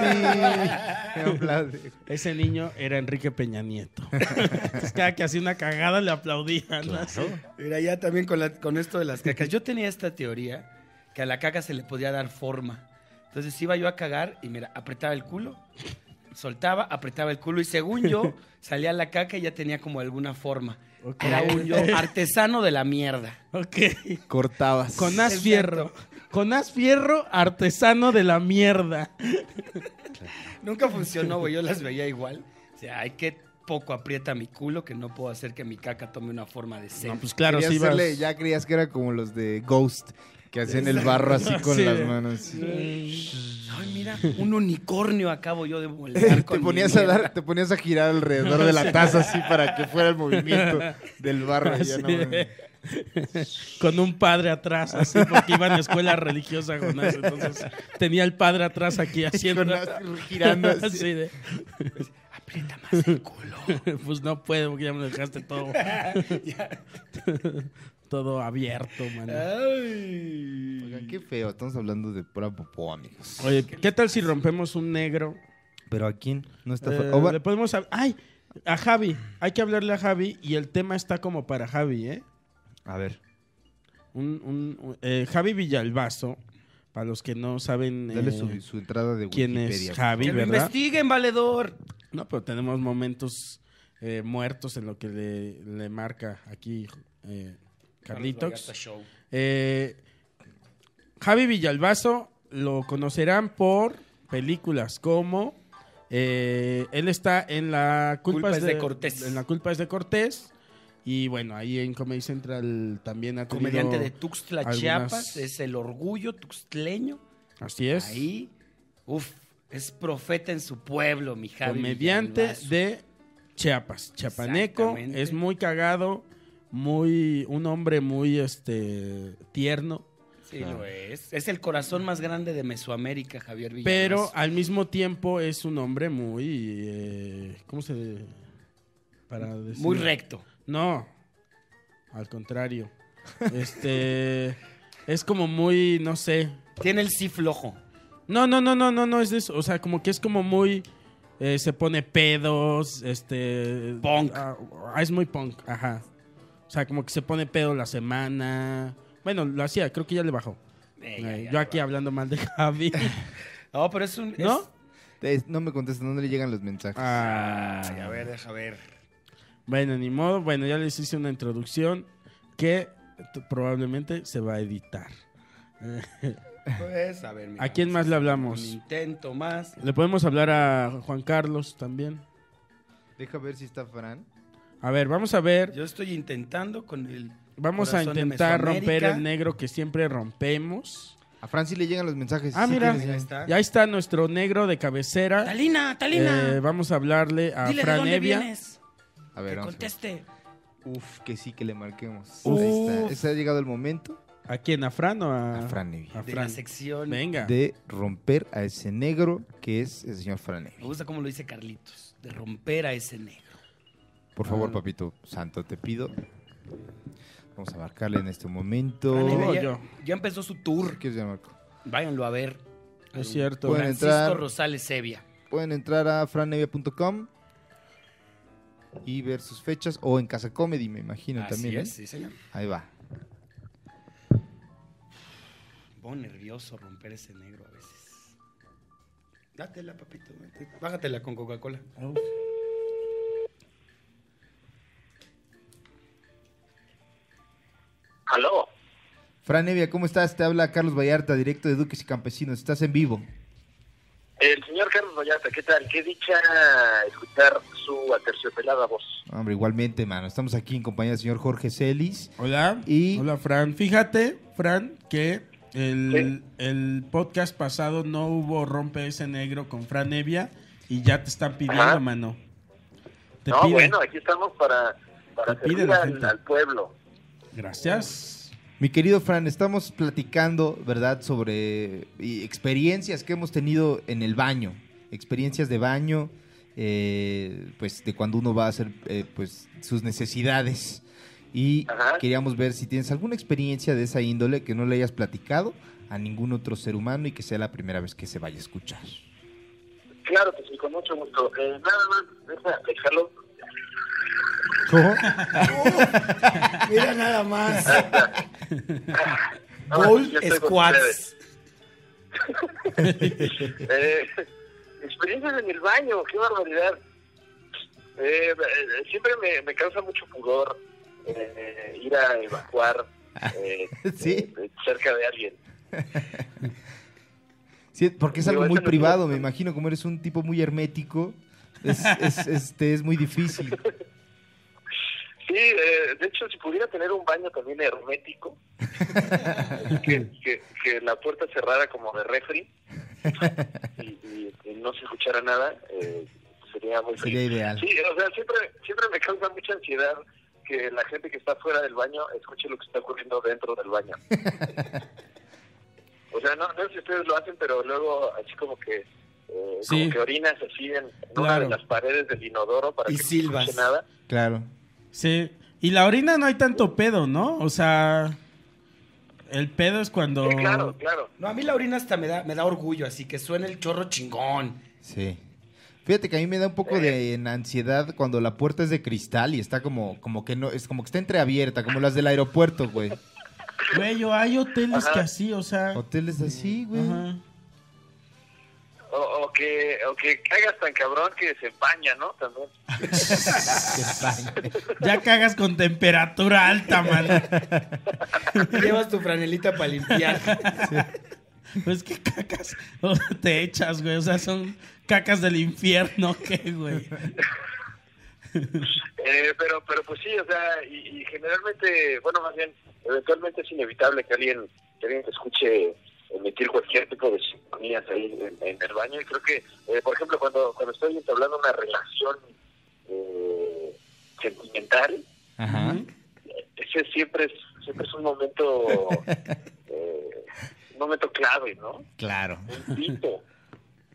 Speaker 1: Me aplaude.
Speaker 2: ese niño era Enrique Peña Nieto. Entonces, cada que hacía una cagada le aplaudían. ¿no? Así.
Speaker 3: Mira, ya también con, la- con esto de las cacas. Yo tenía esta teoría que a la caca se le podía dar forma. Entonces iba yo a cagar y mira, apretaba el culo, soltaba, apretaba el culo y según yo salía la caca y ya tenía como alguna forma.
Speaker 2: Ok.
Speaker 3: Era un yo artesano de la mierda.
Speaker 2: Ok.
Speaker 1: Cortabas.
Speaker 2: Con as
Speaker 3: Exacto.
Speaker 2: Fierro. Con as Fierro, artesano de la mierda.
Speaker 3: Nunca funcionó, güey. Yo las veía igual. O sea, hay que poco aprieta mi culo que no puedo hacer que mi caca tome una forma de ser.
Speaker 2: No, pues claro,
Speaker 1: Quería
Speaker 2: sí vas-
Speaker 1: hacerle- ya creías que era como los de Ghost, que hacían el barro así con
Speaker 2: Sí.
Speaker 1: las manos.
Speaker 3: Ay, mira, un unicornio acabo yo de volar
Speaker 1: Te
Speaker 3: con mi
Speaker 1: ponías, a dar,
Speaker 3: mierda.
Speaker 1: te ponías a girar alrededor de la taza así para que fuera el movimiento del barro. y Pues ya
Speaker 2: Así
Speaker 1: no
Speaker 2: de-
Speaker 1: mames.
Speaker 2: Con un padre atrás, así, porque iba a escuela religiosa, Jonás. Entonces tenía el padre atrás aquí haciendo.
Speaker 1: Con as- girando así.
Speaker 2: Así de,
Speaker 3: Aprieta más el culo.
Speaker 2: pues no puedo, porque ya me dejaste todo. todo abierto,
Speaker 1: Ah,
Speaker 2: man.
Speaker 3: Ay.
Speaker 1: Oigan, qué feo, estamos hablando de pura popó, amigos.
Speaker 2: Oye, ¿qué tal si rompemos un negro?
Speaker 1: ¿Pero a quién? No está
Speaker 2: Eh,
Speaker 1: fe- o va-
Speaker 2: le podemos. hab- ¡Ay! A Javi. Hay que hablarle a Javi y el tema está como para Javi, ¿eh?
Speaker 1: A ver,
Speaker 2: Un, un- un- eh, Javi Villalbazo, para los que no saben
Speaker 1: dale
Speaker 2: eh,
Speaker 1: su, su entrada de
Speaker 2: quién
Speaker 1: Wikipedia.
Speaker 2: es Javi,
Speaker 3: Que lo
Speaker 2: ¿verdad?
Speaker 3: investiguen, valedor.
Speaker 2: No, pero tenemos momentos eh, muertos en lo que le, le marca aquí eh, Carlitox. Eh, Javi Villalbazo lo conocerán por películas como eh, él está en la culpa, es de,
Speaker 3: Cortés.
Speaker 2: en la culpa es de Cortés y bueno ahí en Comedy Central también ha tenido
Speaker 3: Comediante de Tuxtla,
Speaker 2: algunas-
Speaker 3: Chiapas. Es el orgullo tuxtleño.
Speaker 2: Así es.
Speaker 3: Ahí, uff, es profeta en su pueblo, mi Javi.
Speaker 2: comediante
Speaker 3: Villalbazo.
Speaker 2: de Chiapas, chiapaneco,
Speaker 3: Exactamente.
Speaker 2: es muy cagado, muy un hombre muy este tierno,
Speaker 3: Sí, lo es. Es el corazón más grande de Mesoamérica, Javier
Speaker 2: pero
Speaker 3: Villalbazo.
Speaker 2: al mismo tiempo es un hombre muy eh, ¿cómo se para decir?
Speaker 3: Muy recto.
Speaker 2: No. Al contrario. Este es como muy no sé.
Speaker 3: Tiene el sí flojo.
Speaker 2: No, no, no, no, no, no es de eso, o sea, como que es como muy eh, se pone pedos, este
Speaker 3: Punk.
Speaker 2: Ah, ah, es muy punk, ajá. O sea, como que se pone pedo la semana. Bueno, lo hacía, creo que ya le bajó.
Speaker 3: Eh,
Speaker 2: Eh,
Speaker 3: ya, ya,
Speaker 2: Yo aquí
Speaker 3: va.
Speaker 2: hablando mal de Javi.
Speaker 3: No, pero es un.
Speaker 2: ¿No?
Speaker 3: es-
Speaker 1: Eh, No me contestan, ¿dónde le llegan los mensajes?
Speaker 3: Ay, a
Speaker 2: Ah,
Speaker 3: ver, deja ver.
Speaker 2: bueno, ni modo. Bueno, ya les hice una introducción que t- probablemente se va a editar.
Speaker 3: Pues, a ver. mi
Speaker 2: ¿A quién
Speaker 3: Javi,
Speaker 2: más le
Speaker 3: Un
Speaker 2: hablamos?
Speaker 3: intento más.
Speaker 2: Le podemos hablar a Juan Carlos también.
Speaker 1: Deja ver si está Fran.
Speaker 2: A ver, vamos a ver.
Speaker 3: Yo estoy intentando con el.
Speaker 2: Vamos a
Speaker 3: Corazón de
Speaker 2: intentar romper
Speaker 3: Mesoamérica.
Speaker 2: el negro que siempre rompemos.
Speaker 1: A Fran sí le llegan los mensajes.
Speaker 2: Ah,
Speaker 1: sí
Speaker 2: mira.
Speaker 1: tienes-
Speaker 3: Ahí está.
Speaker 2: Y ahí está nuestro negro de cabecera.
Speaker 3: Talina, Talina.
Speaker 2: Eh, vamos a hablarle a
Speaker 3: dile de
Speaker 2: Fran
Speaker 3: dónde
Speaker 2: Evia.
Speaker 3: vienes.
Speaker 1: A ver,
Speaker 3: Que
Speaker 1: vamos a ver.
Speaker 3: conteste.
Speaker 1: Uf, que sí, que le marquemos.
Speaker 2: Uf.
Speaker 1: Ahí está. ¿Está llegado el momento?
Speaker 2: ¿A quién? ¿A Fran o a,
Speaker 1: A Fran Nevia.
Speaker 2: a
Speaker 3: De
Speaker 2: Fran.
Speaker 3: la sección.
Speaker 2: Venga.
Speaker 1: De romper a ese negro que es el señor Fran Nevia.
Speaker 3: Me gusta cómo lo dice Carlitos. De romper a ese negro.
Speaker 1: Por
Speaker 3: Ah.
Speaker 1: favor, papito santo, te pido. Vamos a marcarle en este momento.
Speaker 3: Fran Evia
Speaker 2: Oh,
Speaker 3: ya,
Speaker 2: yo.
Speaker 3: ya empezó su tour.
Speaker 1: ¿Qué es ya, Marco?
Speaker 3: Váyanlo a ver.
Speaker 2: Es cierto.
Speaker 1: Pueden
Speaker 3: Francisco
Speaker 1: entrar.
Speaker 3: Rosales Evia.
Speaker 1: Pueden entrar a franevia.com y ver sus fechas o en Casa Comedy, me imagino
Speaker 3: Así
Speaker 1: también. ¿eh?
Speaker 3: es, sí, señor.
Speaker 1: Ahí va.
Speaker 3: Me pongo nervioso romper ese negro a veces. Dátela, papito. vete. Bájatela con Coca-Cola.
Speaker 6: Aló,
Speaker 1: Fran Evia, ¿cómo estás? Te habla Carlos Vallarta, directo de Duques y Campesinos. Estás en vivo.
Speaker 6: el señor Carlos Vallarta, ¿qué tal? Qué dicha escuchar su aterciopelada voz.
Speaker 1: Hombre, igualmente, mano. Estamos aquí en compañía del señor Jorge Celis.
Speaker 2: Hola.
Speaker 1: Y-
Speaker 2: Hola, Fran. Fíjate, Fran, que el, el podcast pasado no hubo Rompe ese negro con Fran Evia y ya te están pidiendo,
Speaker 6: Ajá.
Speaker 2: mano. Te
Speaker 6: No,
Speaker 2: piden.
Speaker 6: bueno, aquí estamos para, para
Speaker 2: Te pide
Speaker 6: servir
Speaker 2: la
Speaker 6: al,
Speaker 2: gente.
Speaker 6: al pueblo.
Speaker 2: Gracias.
Speaker 1: Mi querido Fran, estamos platicando, ¿verdad?, sobre y experiencias que hemos tenido en el baño. Experiencias de baño, eh, pues de cuando uno va a hacer eh, pues, sus necesidades. Y
Speaker 6: Ajá.
Speaker 1: queríamos ver si tienes alguna experiencia de esa índole que no le hayas platicado a ningún otro ser humano y que sea la primera vez que se vaya a escuchar.
Speaker 6: Claro que sí, con mucho gusto. Eh, nada más, deja, déjalo.
Speaker 1: ¿Cómo?
Speaker 3: Mira nada más.
Speaker 6: Ahora
Speaker 3: Gold
Speaker 6: sí, ya estoy con ustedes.
Speaker 3: Squats.
Speaker 6: Eh, experiencias en el baño, qué barbaridad. Eh, eh, siempre me, me causa mucho pudor eh, ir a evacuar eh,
Speaker 1: Ah. Sí.
Speaker 6: eh, cerca de alguien.
Speaker 1: Sí, porque es
Speaker 6: Digo,
Speaker 1: algo
Speaker 6: eso
Speaker 1: muy
Speaker 6: no es
Speaker 1: privado,
Speaker 6: lo-
Speaker 1: me imagino, como eres un tipo muy hermético, es, es, este, es muy difícil.
Speaker 6: Sí, eh, de hecho, si pudiera tener un baño también hermético, que, que, que la puerta cerrara como de refri y, y- y no se escuchara nada, eh, sería muy
Speaker 1: Sería
Speaker 6: feliz.
Speaker 1: ideal.
Speaker 6: Sí, o sea, siempre, siempre me causa mucha ansiedad que la gente que está fuera del baño escuche lo que está ocurriendo dentro del baño. O sea, no, no sé si ustedes lo hacen, pero luego así como que... eh,
Speaker 2: Sí.
Speaker 6: Como que orinas así en una
Speaker 2: Claro.
Speaker 6: de las paredes del inodoro para
Speaker 3: Y
Speaker 6: que no
Speaker 3: silbas.
Speaker 6: se escuche nada.
Speaker 1: Claro.
Speaker 2: Sí. Y la orina no hay tanto pedo, ¿no? O sea, el pedo es cuando.
Speaker 6: Sí, claro, claro.
Speaker 3: No, a mí la orina hasta me da, me da orgullo, así que suena el chorro chingón.
Speaker 1: Sí. Fíjate que a mí me da un poco
Speaker 6: Eh.
Speaker 1: de en ansiedad cuando la puerta es de cristal y está como, como que no, es como que está entreabierta, como las del aeropuerto, güey.
Speaker 2: Güey, o hay hoteles que así, o sea.
Speaker 1: Hoteles así, güey.
Speaker 2: ajá.
Speaker 6: O, o que, o que cagas tan cabrón que se empaña, ¿no? También.
Speaker 2: Ya cagas con temperatura alta, mano.
Speaker 3: Y llevas tu franelita para limpiar.
Speaker 2: Pues que cacas o sea, te echas, güey. O sea, son cacas del infierno, ¿qué, güey?
Speaker 6: Eh, pero, pero pues sí, o sea, y, y generalmente, bueno, más bien, eventualmente es inevitable que alguien, que alguien te escuche emitir cualquier tipo de sinfonías ahí en, en el baño. Y creo que, eh, por ejemplo, cuando, cuando estoy entablando una relación eh, sentimental,
Speaker 1: Ajá.
Speaker 6: ese siempre es, siempre es un momento, eh, un momento clave, ¿no?
Speaker 1: Claro.
Speaker 6: Un pito.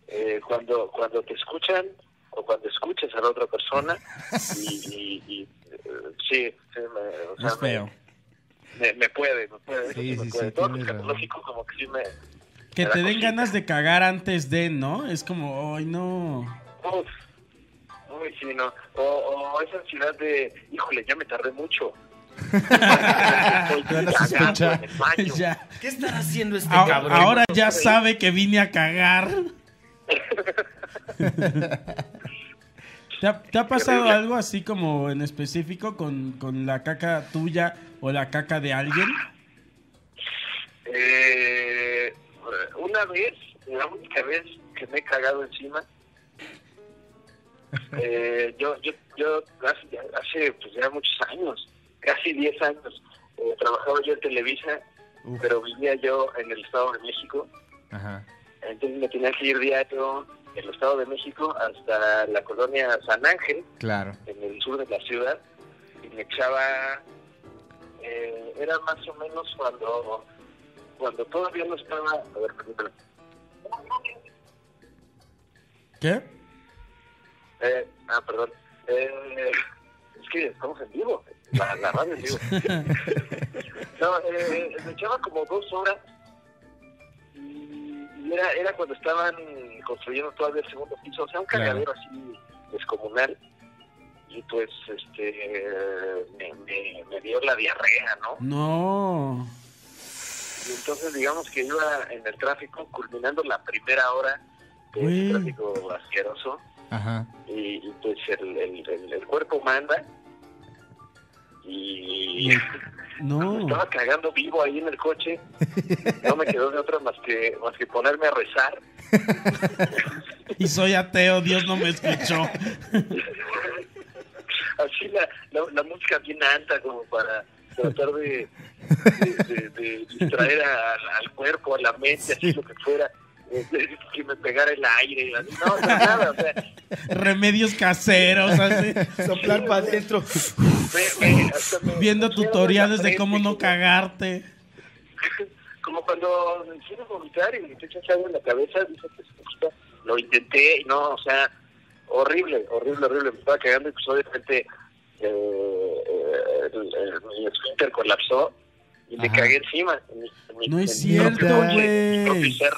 Speaker 6: Eh, cuando, cuando te escuchan o cuando escuchas a la otra persona y, y- y, eh, sí, sí, me, o sea,
Speaker 2: Es feo.
Speaker 6: Me, me puede, me puede.
Speaker 1: Sí,
Speaker 6: me
Speaker 1: sí, sí,
Speaker 6: puede. Todo lo
Speaker 1: tienes razón.
Speaker 6: escatológico como que sí me...
Speaker 2: Que
Speaker 6: me da
Speaker 2: te den
Speaker 6: cosita.
Speaker 2: ganas de cagar antes de, ¿no? Es como, ay, no.
Speaker 6: Uf, uy, sí, no. O, o esa ansiedad de, híjole, ya me tardé mucho. Estoy
Speaker 1: Te van a
Speaker 6: cagando
Speaker 1: sospechar.
Speaker 6: en el baño.
Speaker 2: ya.
Speaker 3: ¿Qué estará haciendo este
Speaker 2: A-
Speaker 3: cabrón?
Speaker 2: ahora ya sabe que vine a cagar. ¿Te ha, te ha pasado
Speaker 6: horrible.
Speaker 2: algo así como en específico con, con la caca tuya o la caca de alguien?
Speaker 6: Eh, una vez, la única vez que me he cagado encima, eh, yo, yo, yo hace, hace, pues, ya muchos años, casi 10 años, eh, trabajaba yo en Televisa, pero vivía yo en el Estado de México.
Speaker 1: Ajá.
Speaker 6: Entonces me tenía que ir diario del Estado de México hasta la colonia San Ángel,
Speaker 1: Claro.
Speaker 6: en el sur de la ciudad, y me echaba... eh, era más o menos cuando cuando todavía no estaba... A ver, permítame.
Speaker 2: ¿Qué?
Speaker 6: Eh, ah, perdón. Eh, es que estamos en vivo. La, la radio en vivo. no, eh, me echaba como dos horas. Y y era, era cuando estaban construyendo todavía el segundo piso. O sea, un
Speaker 1: Claro.
Speaker 6: cagadero así descomunal. Y pues, este, eh, me, me, me dio la diarrea, ¿no?
Speaker 2: No.
Speaker 6: Y entonces, digamos que iba en el tráfico, culminando la primera hora de ese
Speaker 2: Güey.
Speaker 6: tráfico asqueroso.
Speaker 1: Ajá.
Speaker 6: y, y, pues el, el, el- el cuerpo manda y me
Speaker 2: No.
Speaker 6: estaba cagando vivo ahí en el coche no me quedó de otra más que más que ponerme a rezar
Speaker 2: Y soy ateo, Dios no me escuchó.
Speaker 6: así la, la, la música bien alta como para tratar de, de, de- de distraer a- al- al cuerpo a la mente así lo que fuera eh, que me pegara el aire así. no no, nada o sea
Speaker 2: Remedios caseros, así.
Speaker 5: Soplar para adentro.
Speaker 6: me- me- hasta
Speaker 2: Viendo
Speaker 6: me- me quedaron en la
Speaker 2: tutoriales de cómo
Speaker 6: frente,
Speaker 2: no
Speaker 6: como-
Speaker 2: cagarte.
Speaker 6: como cuando quieres vomitar y te echas algo en la cabeza, dices que se gusta. Lo intenté y no, o sea, horrible, horrible, horrible. Me estaba cagando y pues obviamente eh, eh, el- el- mi esfínter colapsó y le
Speaker 1: Ajá.
Speaker 6: cagué encima. en mi- en mi-
Speaker 2: No es
Speaker 6: en mi propio
Speaker 1: cierto,
Speaker 6: coche, en mi
Speaker 2: güey.
Speaker 6: propio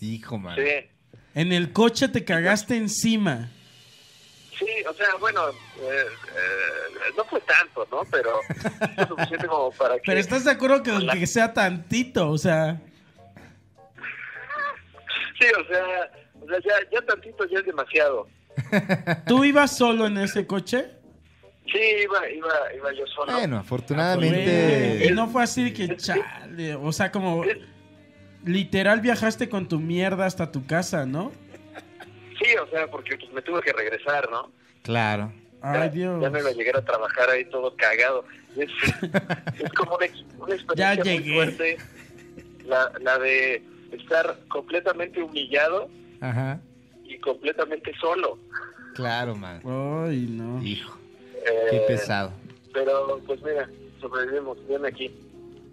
Speaker 1: Hijo, man.
Speaker 6: ser.
Speaker 2: En el coche te cagaste encima.
Speaker 6: Sí, sí, o sea, bueno, eh, eh, no fue tanto, ¿no? Pero fue suficiente como para que...
Speaker 2: Pero estás de acuerdo que
Speaker 6: Hola.
Speaker 2: aunque sea tantito, o sea,
Speaker 6: Sí, o sea, o sea ya, ya tantito ya es demasiado.
Speaker 2: ¿tú ibas solo en ese coche?
Speaker 6: Sí, iba, iba, iba yo solo.
Speaker 1: Bueno,
Speaker 2: Güey, Y
Speaker 1: afortunadamente.
Speaker 2: no fue así de que chale, o sea, como literal viajaste con tu mierda hasta tu casa, ¿no?
Speaker 6: Sí, o sea, porque pues, me tuve que regresar, ¿no?
Speaker 1: Claro.
Speaker 2: Ay,
Speaker 6: ya, ya no iba a
Speaker 2: Dios.
Speaker 6: llegar a trabajar ahí todo cagado. Es, es como una, ex- una experiencia
Speaker 2: Ya
Speaker 6: muy
Speaker 2: llegué.
Speaker 6: fuerte, la, la de estar completamente humillado
Speaker 1: Ajá.
Speaker 6: y completamente solo.
Speaker 1: Claro, man.
Speaker 2: Ay, no.
Speaker 1: Hijo,
Speaker 6: Eh,
Speaker 1: qué pesado.
Speaker 6: Pero pues mira, sobrevivimos, bien aquí.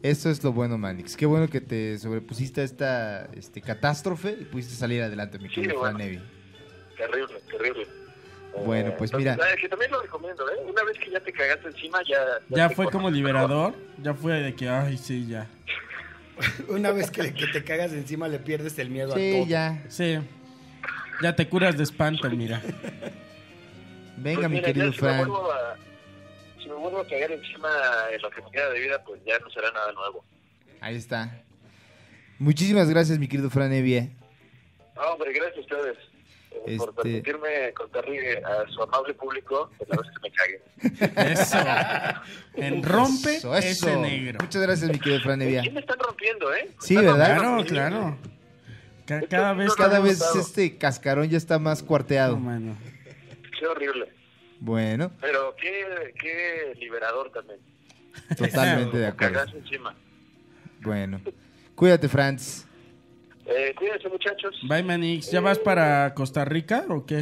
Speaker 1: Eso es lo bueno, Manix. Qué bueno que te sobrepusiste a esta este, catástrofe y pudiste salir adelante, mi
Speaker 6: Sí,
Speaker 1: querido
Speaker 6: bueno.
Speaker 1: Fran Evi.
Speaker 6: Terrible, terrible. Eh,
Speaker 1: Bueno, pues, mira.
Speaker 6: ah, Que también lo recomiendo, ¿eh? Una vez que ya te cagaste encima, ya.
Speaker 2: Ya
Speaker 6: te
Speaker 2: fue como
Speaker 6: conoces
Speaker 2: liberador, ya fue de que, ay, sí, ya.
Speaker 3: Una vez que, que te cagas encima le pierdes el miedo a
Speaker 1: Sí,
Speaker 3: todo.
Speaker 1: ya.
Speaker 2: Sí. Ya te curas de espanto, mira.
Speaker 1: Venga,
Speaker 6: Pues
Speaker 1: mi
Speaker 6: mira,
Speaker 1: querido
Speaker 6: ya si me
Speaker 1: Fran.
Speaker 6: vuelvo a- Si me vuelvo a cagar encima en lo que me queda de vida, pues ya no será nada nuevo.
Speaker 1: Ahí está. Muchísimas gracias, mi querido Fran Evia.
Speaker 6: No, hombre, gracias a ustedes eh, por
Speaker 1: Este-
Speaker 6: permitirme contarle a su amable público que la vez que me cague.
Speaker 2: Eso. En rompe
Speaker 1: Eso,
Speaker 2: ese
Speaker 1: eso.
Speaker 2: negro.
Speaker 1: Muchas gracias, mi querido Fran Evia.
Speaker 6: ¿Quién me están rompiendo, eh?
Speaker 1: Sí,
Speaker 6: Me están
Speaker 1: ¿verdad?
Speaker 2: Claro,
Speaker 6: rompiendo.
Speaker 2: claro. Ca- Cada vez
Speaker 6: no
Speaker 1: Cada
Speaker 6: había
Speaker 1: vez
Speaker 6: notado.
Speaker 1: este cascarón ya está más
Speaker 2: No,
Speaker 1: cuarteado.
Speaker 2: mano.
Speaker 6: Qué horrible.
Speaker 1: Bueno,
Speaker 6: Pero qué, qué liberador también.
Speaker 1: Ah, totalmente de acuerdo.
Speaker 6: Cagarse encima.
Speaker 1: Bueno, cuídate, Franz.
Speaker 6: Eh, cuídense, muchachos.
Speaker 2: Bye, Manix. ¿Ya vas para Costa Rica o qué?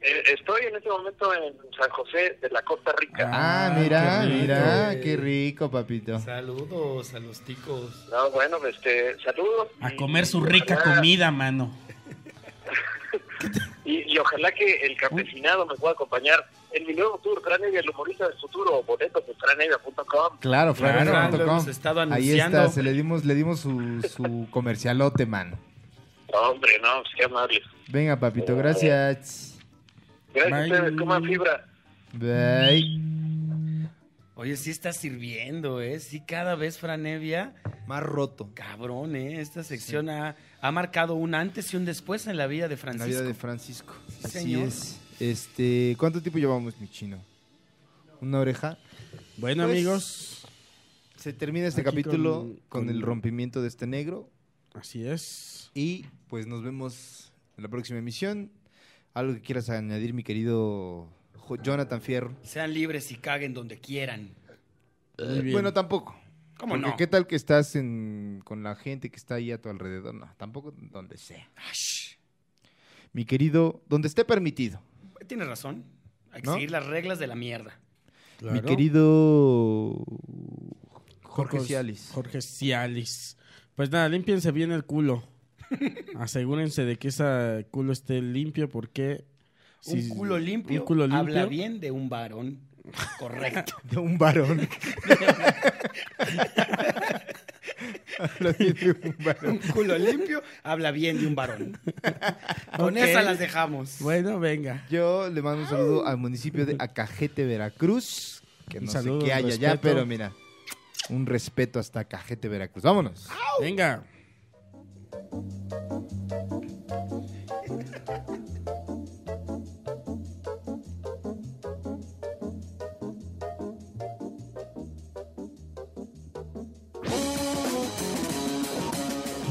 Speaker 6: Eh, estoy en este momento en San José de la Costa Rica.
Speaker 1: Ah,
Speaker 2: Ah,
Speaker 1: mira,
Speaker 2: qué rico,
Speaker 1: mira,
Speaker 3: güey.
Speaker 1: qué rico, papito.
Speaker 3: Saludos a los ticos.
Speaker 6: No, bueno, este, saludos.
Speaker 2: A
Speaker 6: y-
Speaker 2: comer su
Speaker 6: y
Speaker 2: rica
Speaker 6: ojalá-
Speaker 2: comida, mano.
Speaker 6: Y, y ojalá que el campesinado me pueda acompañar en mi nuevo tour, Franevia, el humorista del futuro, boletos en franevia.com.
Speaker 1: Claro,
Speaker 3: Claro,
Speaker 1: Fran,
Speaker 3: lo
Speaker 1: .com.
Speaker 3: hemos estado
Speaker 1: Ahí
Speaker 3: anunciando.
Speaker 1: está, se le dimos, le dimos su, su comercialote, man.
Speaker 6: No, hombre, no, pues qué amables.
Speaker 1: Venga, papito, gracias.
Speaker 6: Gracias a
Speaker 2: Bye.
Speaker 6: ustedes, coman fibra.
Speaker 1: Bye.
Speaker 3: Oye, sí está sirviendo, ¿eh? Sí, cada vez Franevia,
Speaker 5: Más roto.
Speaker 3: cabrón, ¿eh? Esta sección ha, ha marcado un antes y un después en la vida de
Speaker 1: La
Speaker 3: Francisco.
Speaker 1: vida de Francisco. Así
Speaker 3: señor.
Speaker 1: es. Este, ¿cuánto tiempo llevamos, mi chino? ¿Una oreja?
Speaker 2: Bueno,
Speaker 1: Pues,
Speaker 2: amigos,
Speaker 1: Se termina este
Speaker 2: Aquí
Speaker 1: capítulo con,
Speaker 2: con- con-
Speaker 1: el rompimiento de este negro
Speaker 2: así es.
Speaker 1: y pues nos vemos en la próxima emisión. Algo que quieras añadir, mi querido Jo- Jonathan Fierro.
Speaker 3: Sean libres y caguen donde quieran.
Speaker 2: Muy bien.
Speaker 1: Bueno, tampoco.
Speaker 3: ¿Cómo
Speaker 1: Porque
Speaker 3: no?
Speaker 1: ¿Qué tal que estás en- con la gente que está ahí a tu alrededor? No, tampoco donde sea.
Speaker 3: Ah, Ash,
Speaker 1: Mi querido, donde esté permitido.
Speaker 3: Tienes razón. Hay que
Speaker 1: ¿No?
Speaker 3: seguir las reglas de la mierda.
Speaker 1: Mi
Speaker 2: Claro.
Speaker 1: querido Jorge
Speaker 2: Jorge-
Speaker 1: Cialis.
Speaker 2: Pues, Jorge Cialis. Pues nada, límpiense bien el culo. Asegúrense de que ese culo esté limpio porque... si-
Speaker 3: un, culo limpio
Speaker 2: un culo
Speaker 3: habla
Speaker 2: limpio.
Speaker 3: bien de un varón. Correcto.
Speaker 1: De un varón. Habla bien de un varón.
Speaker 3: un culo limpio habla bien de un varón. Con
Speaker 2: Ok.
Speaker 3: esa las dejamos.
Speaker 2: Bueno, venga.
Speaker 1: Yo le mando un saludo al municipio de Acajete, Veracruz. Que
Speaker 2: Un
Speaker 1: no
Speaker 2: saludo,
Speaker 1: sé qué
Speaker 2: un
Speaker 1: hay allá,
Speaker 2: respeto.
Speaker 1: pero mira. Un respeto hasta Acajete, Veracruz. Vámonos.
Speaker 2: Venga.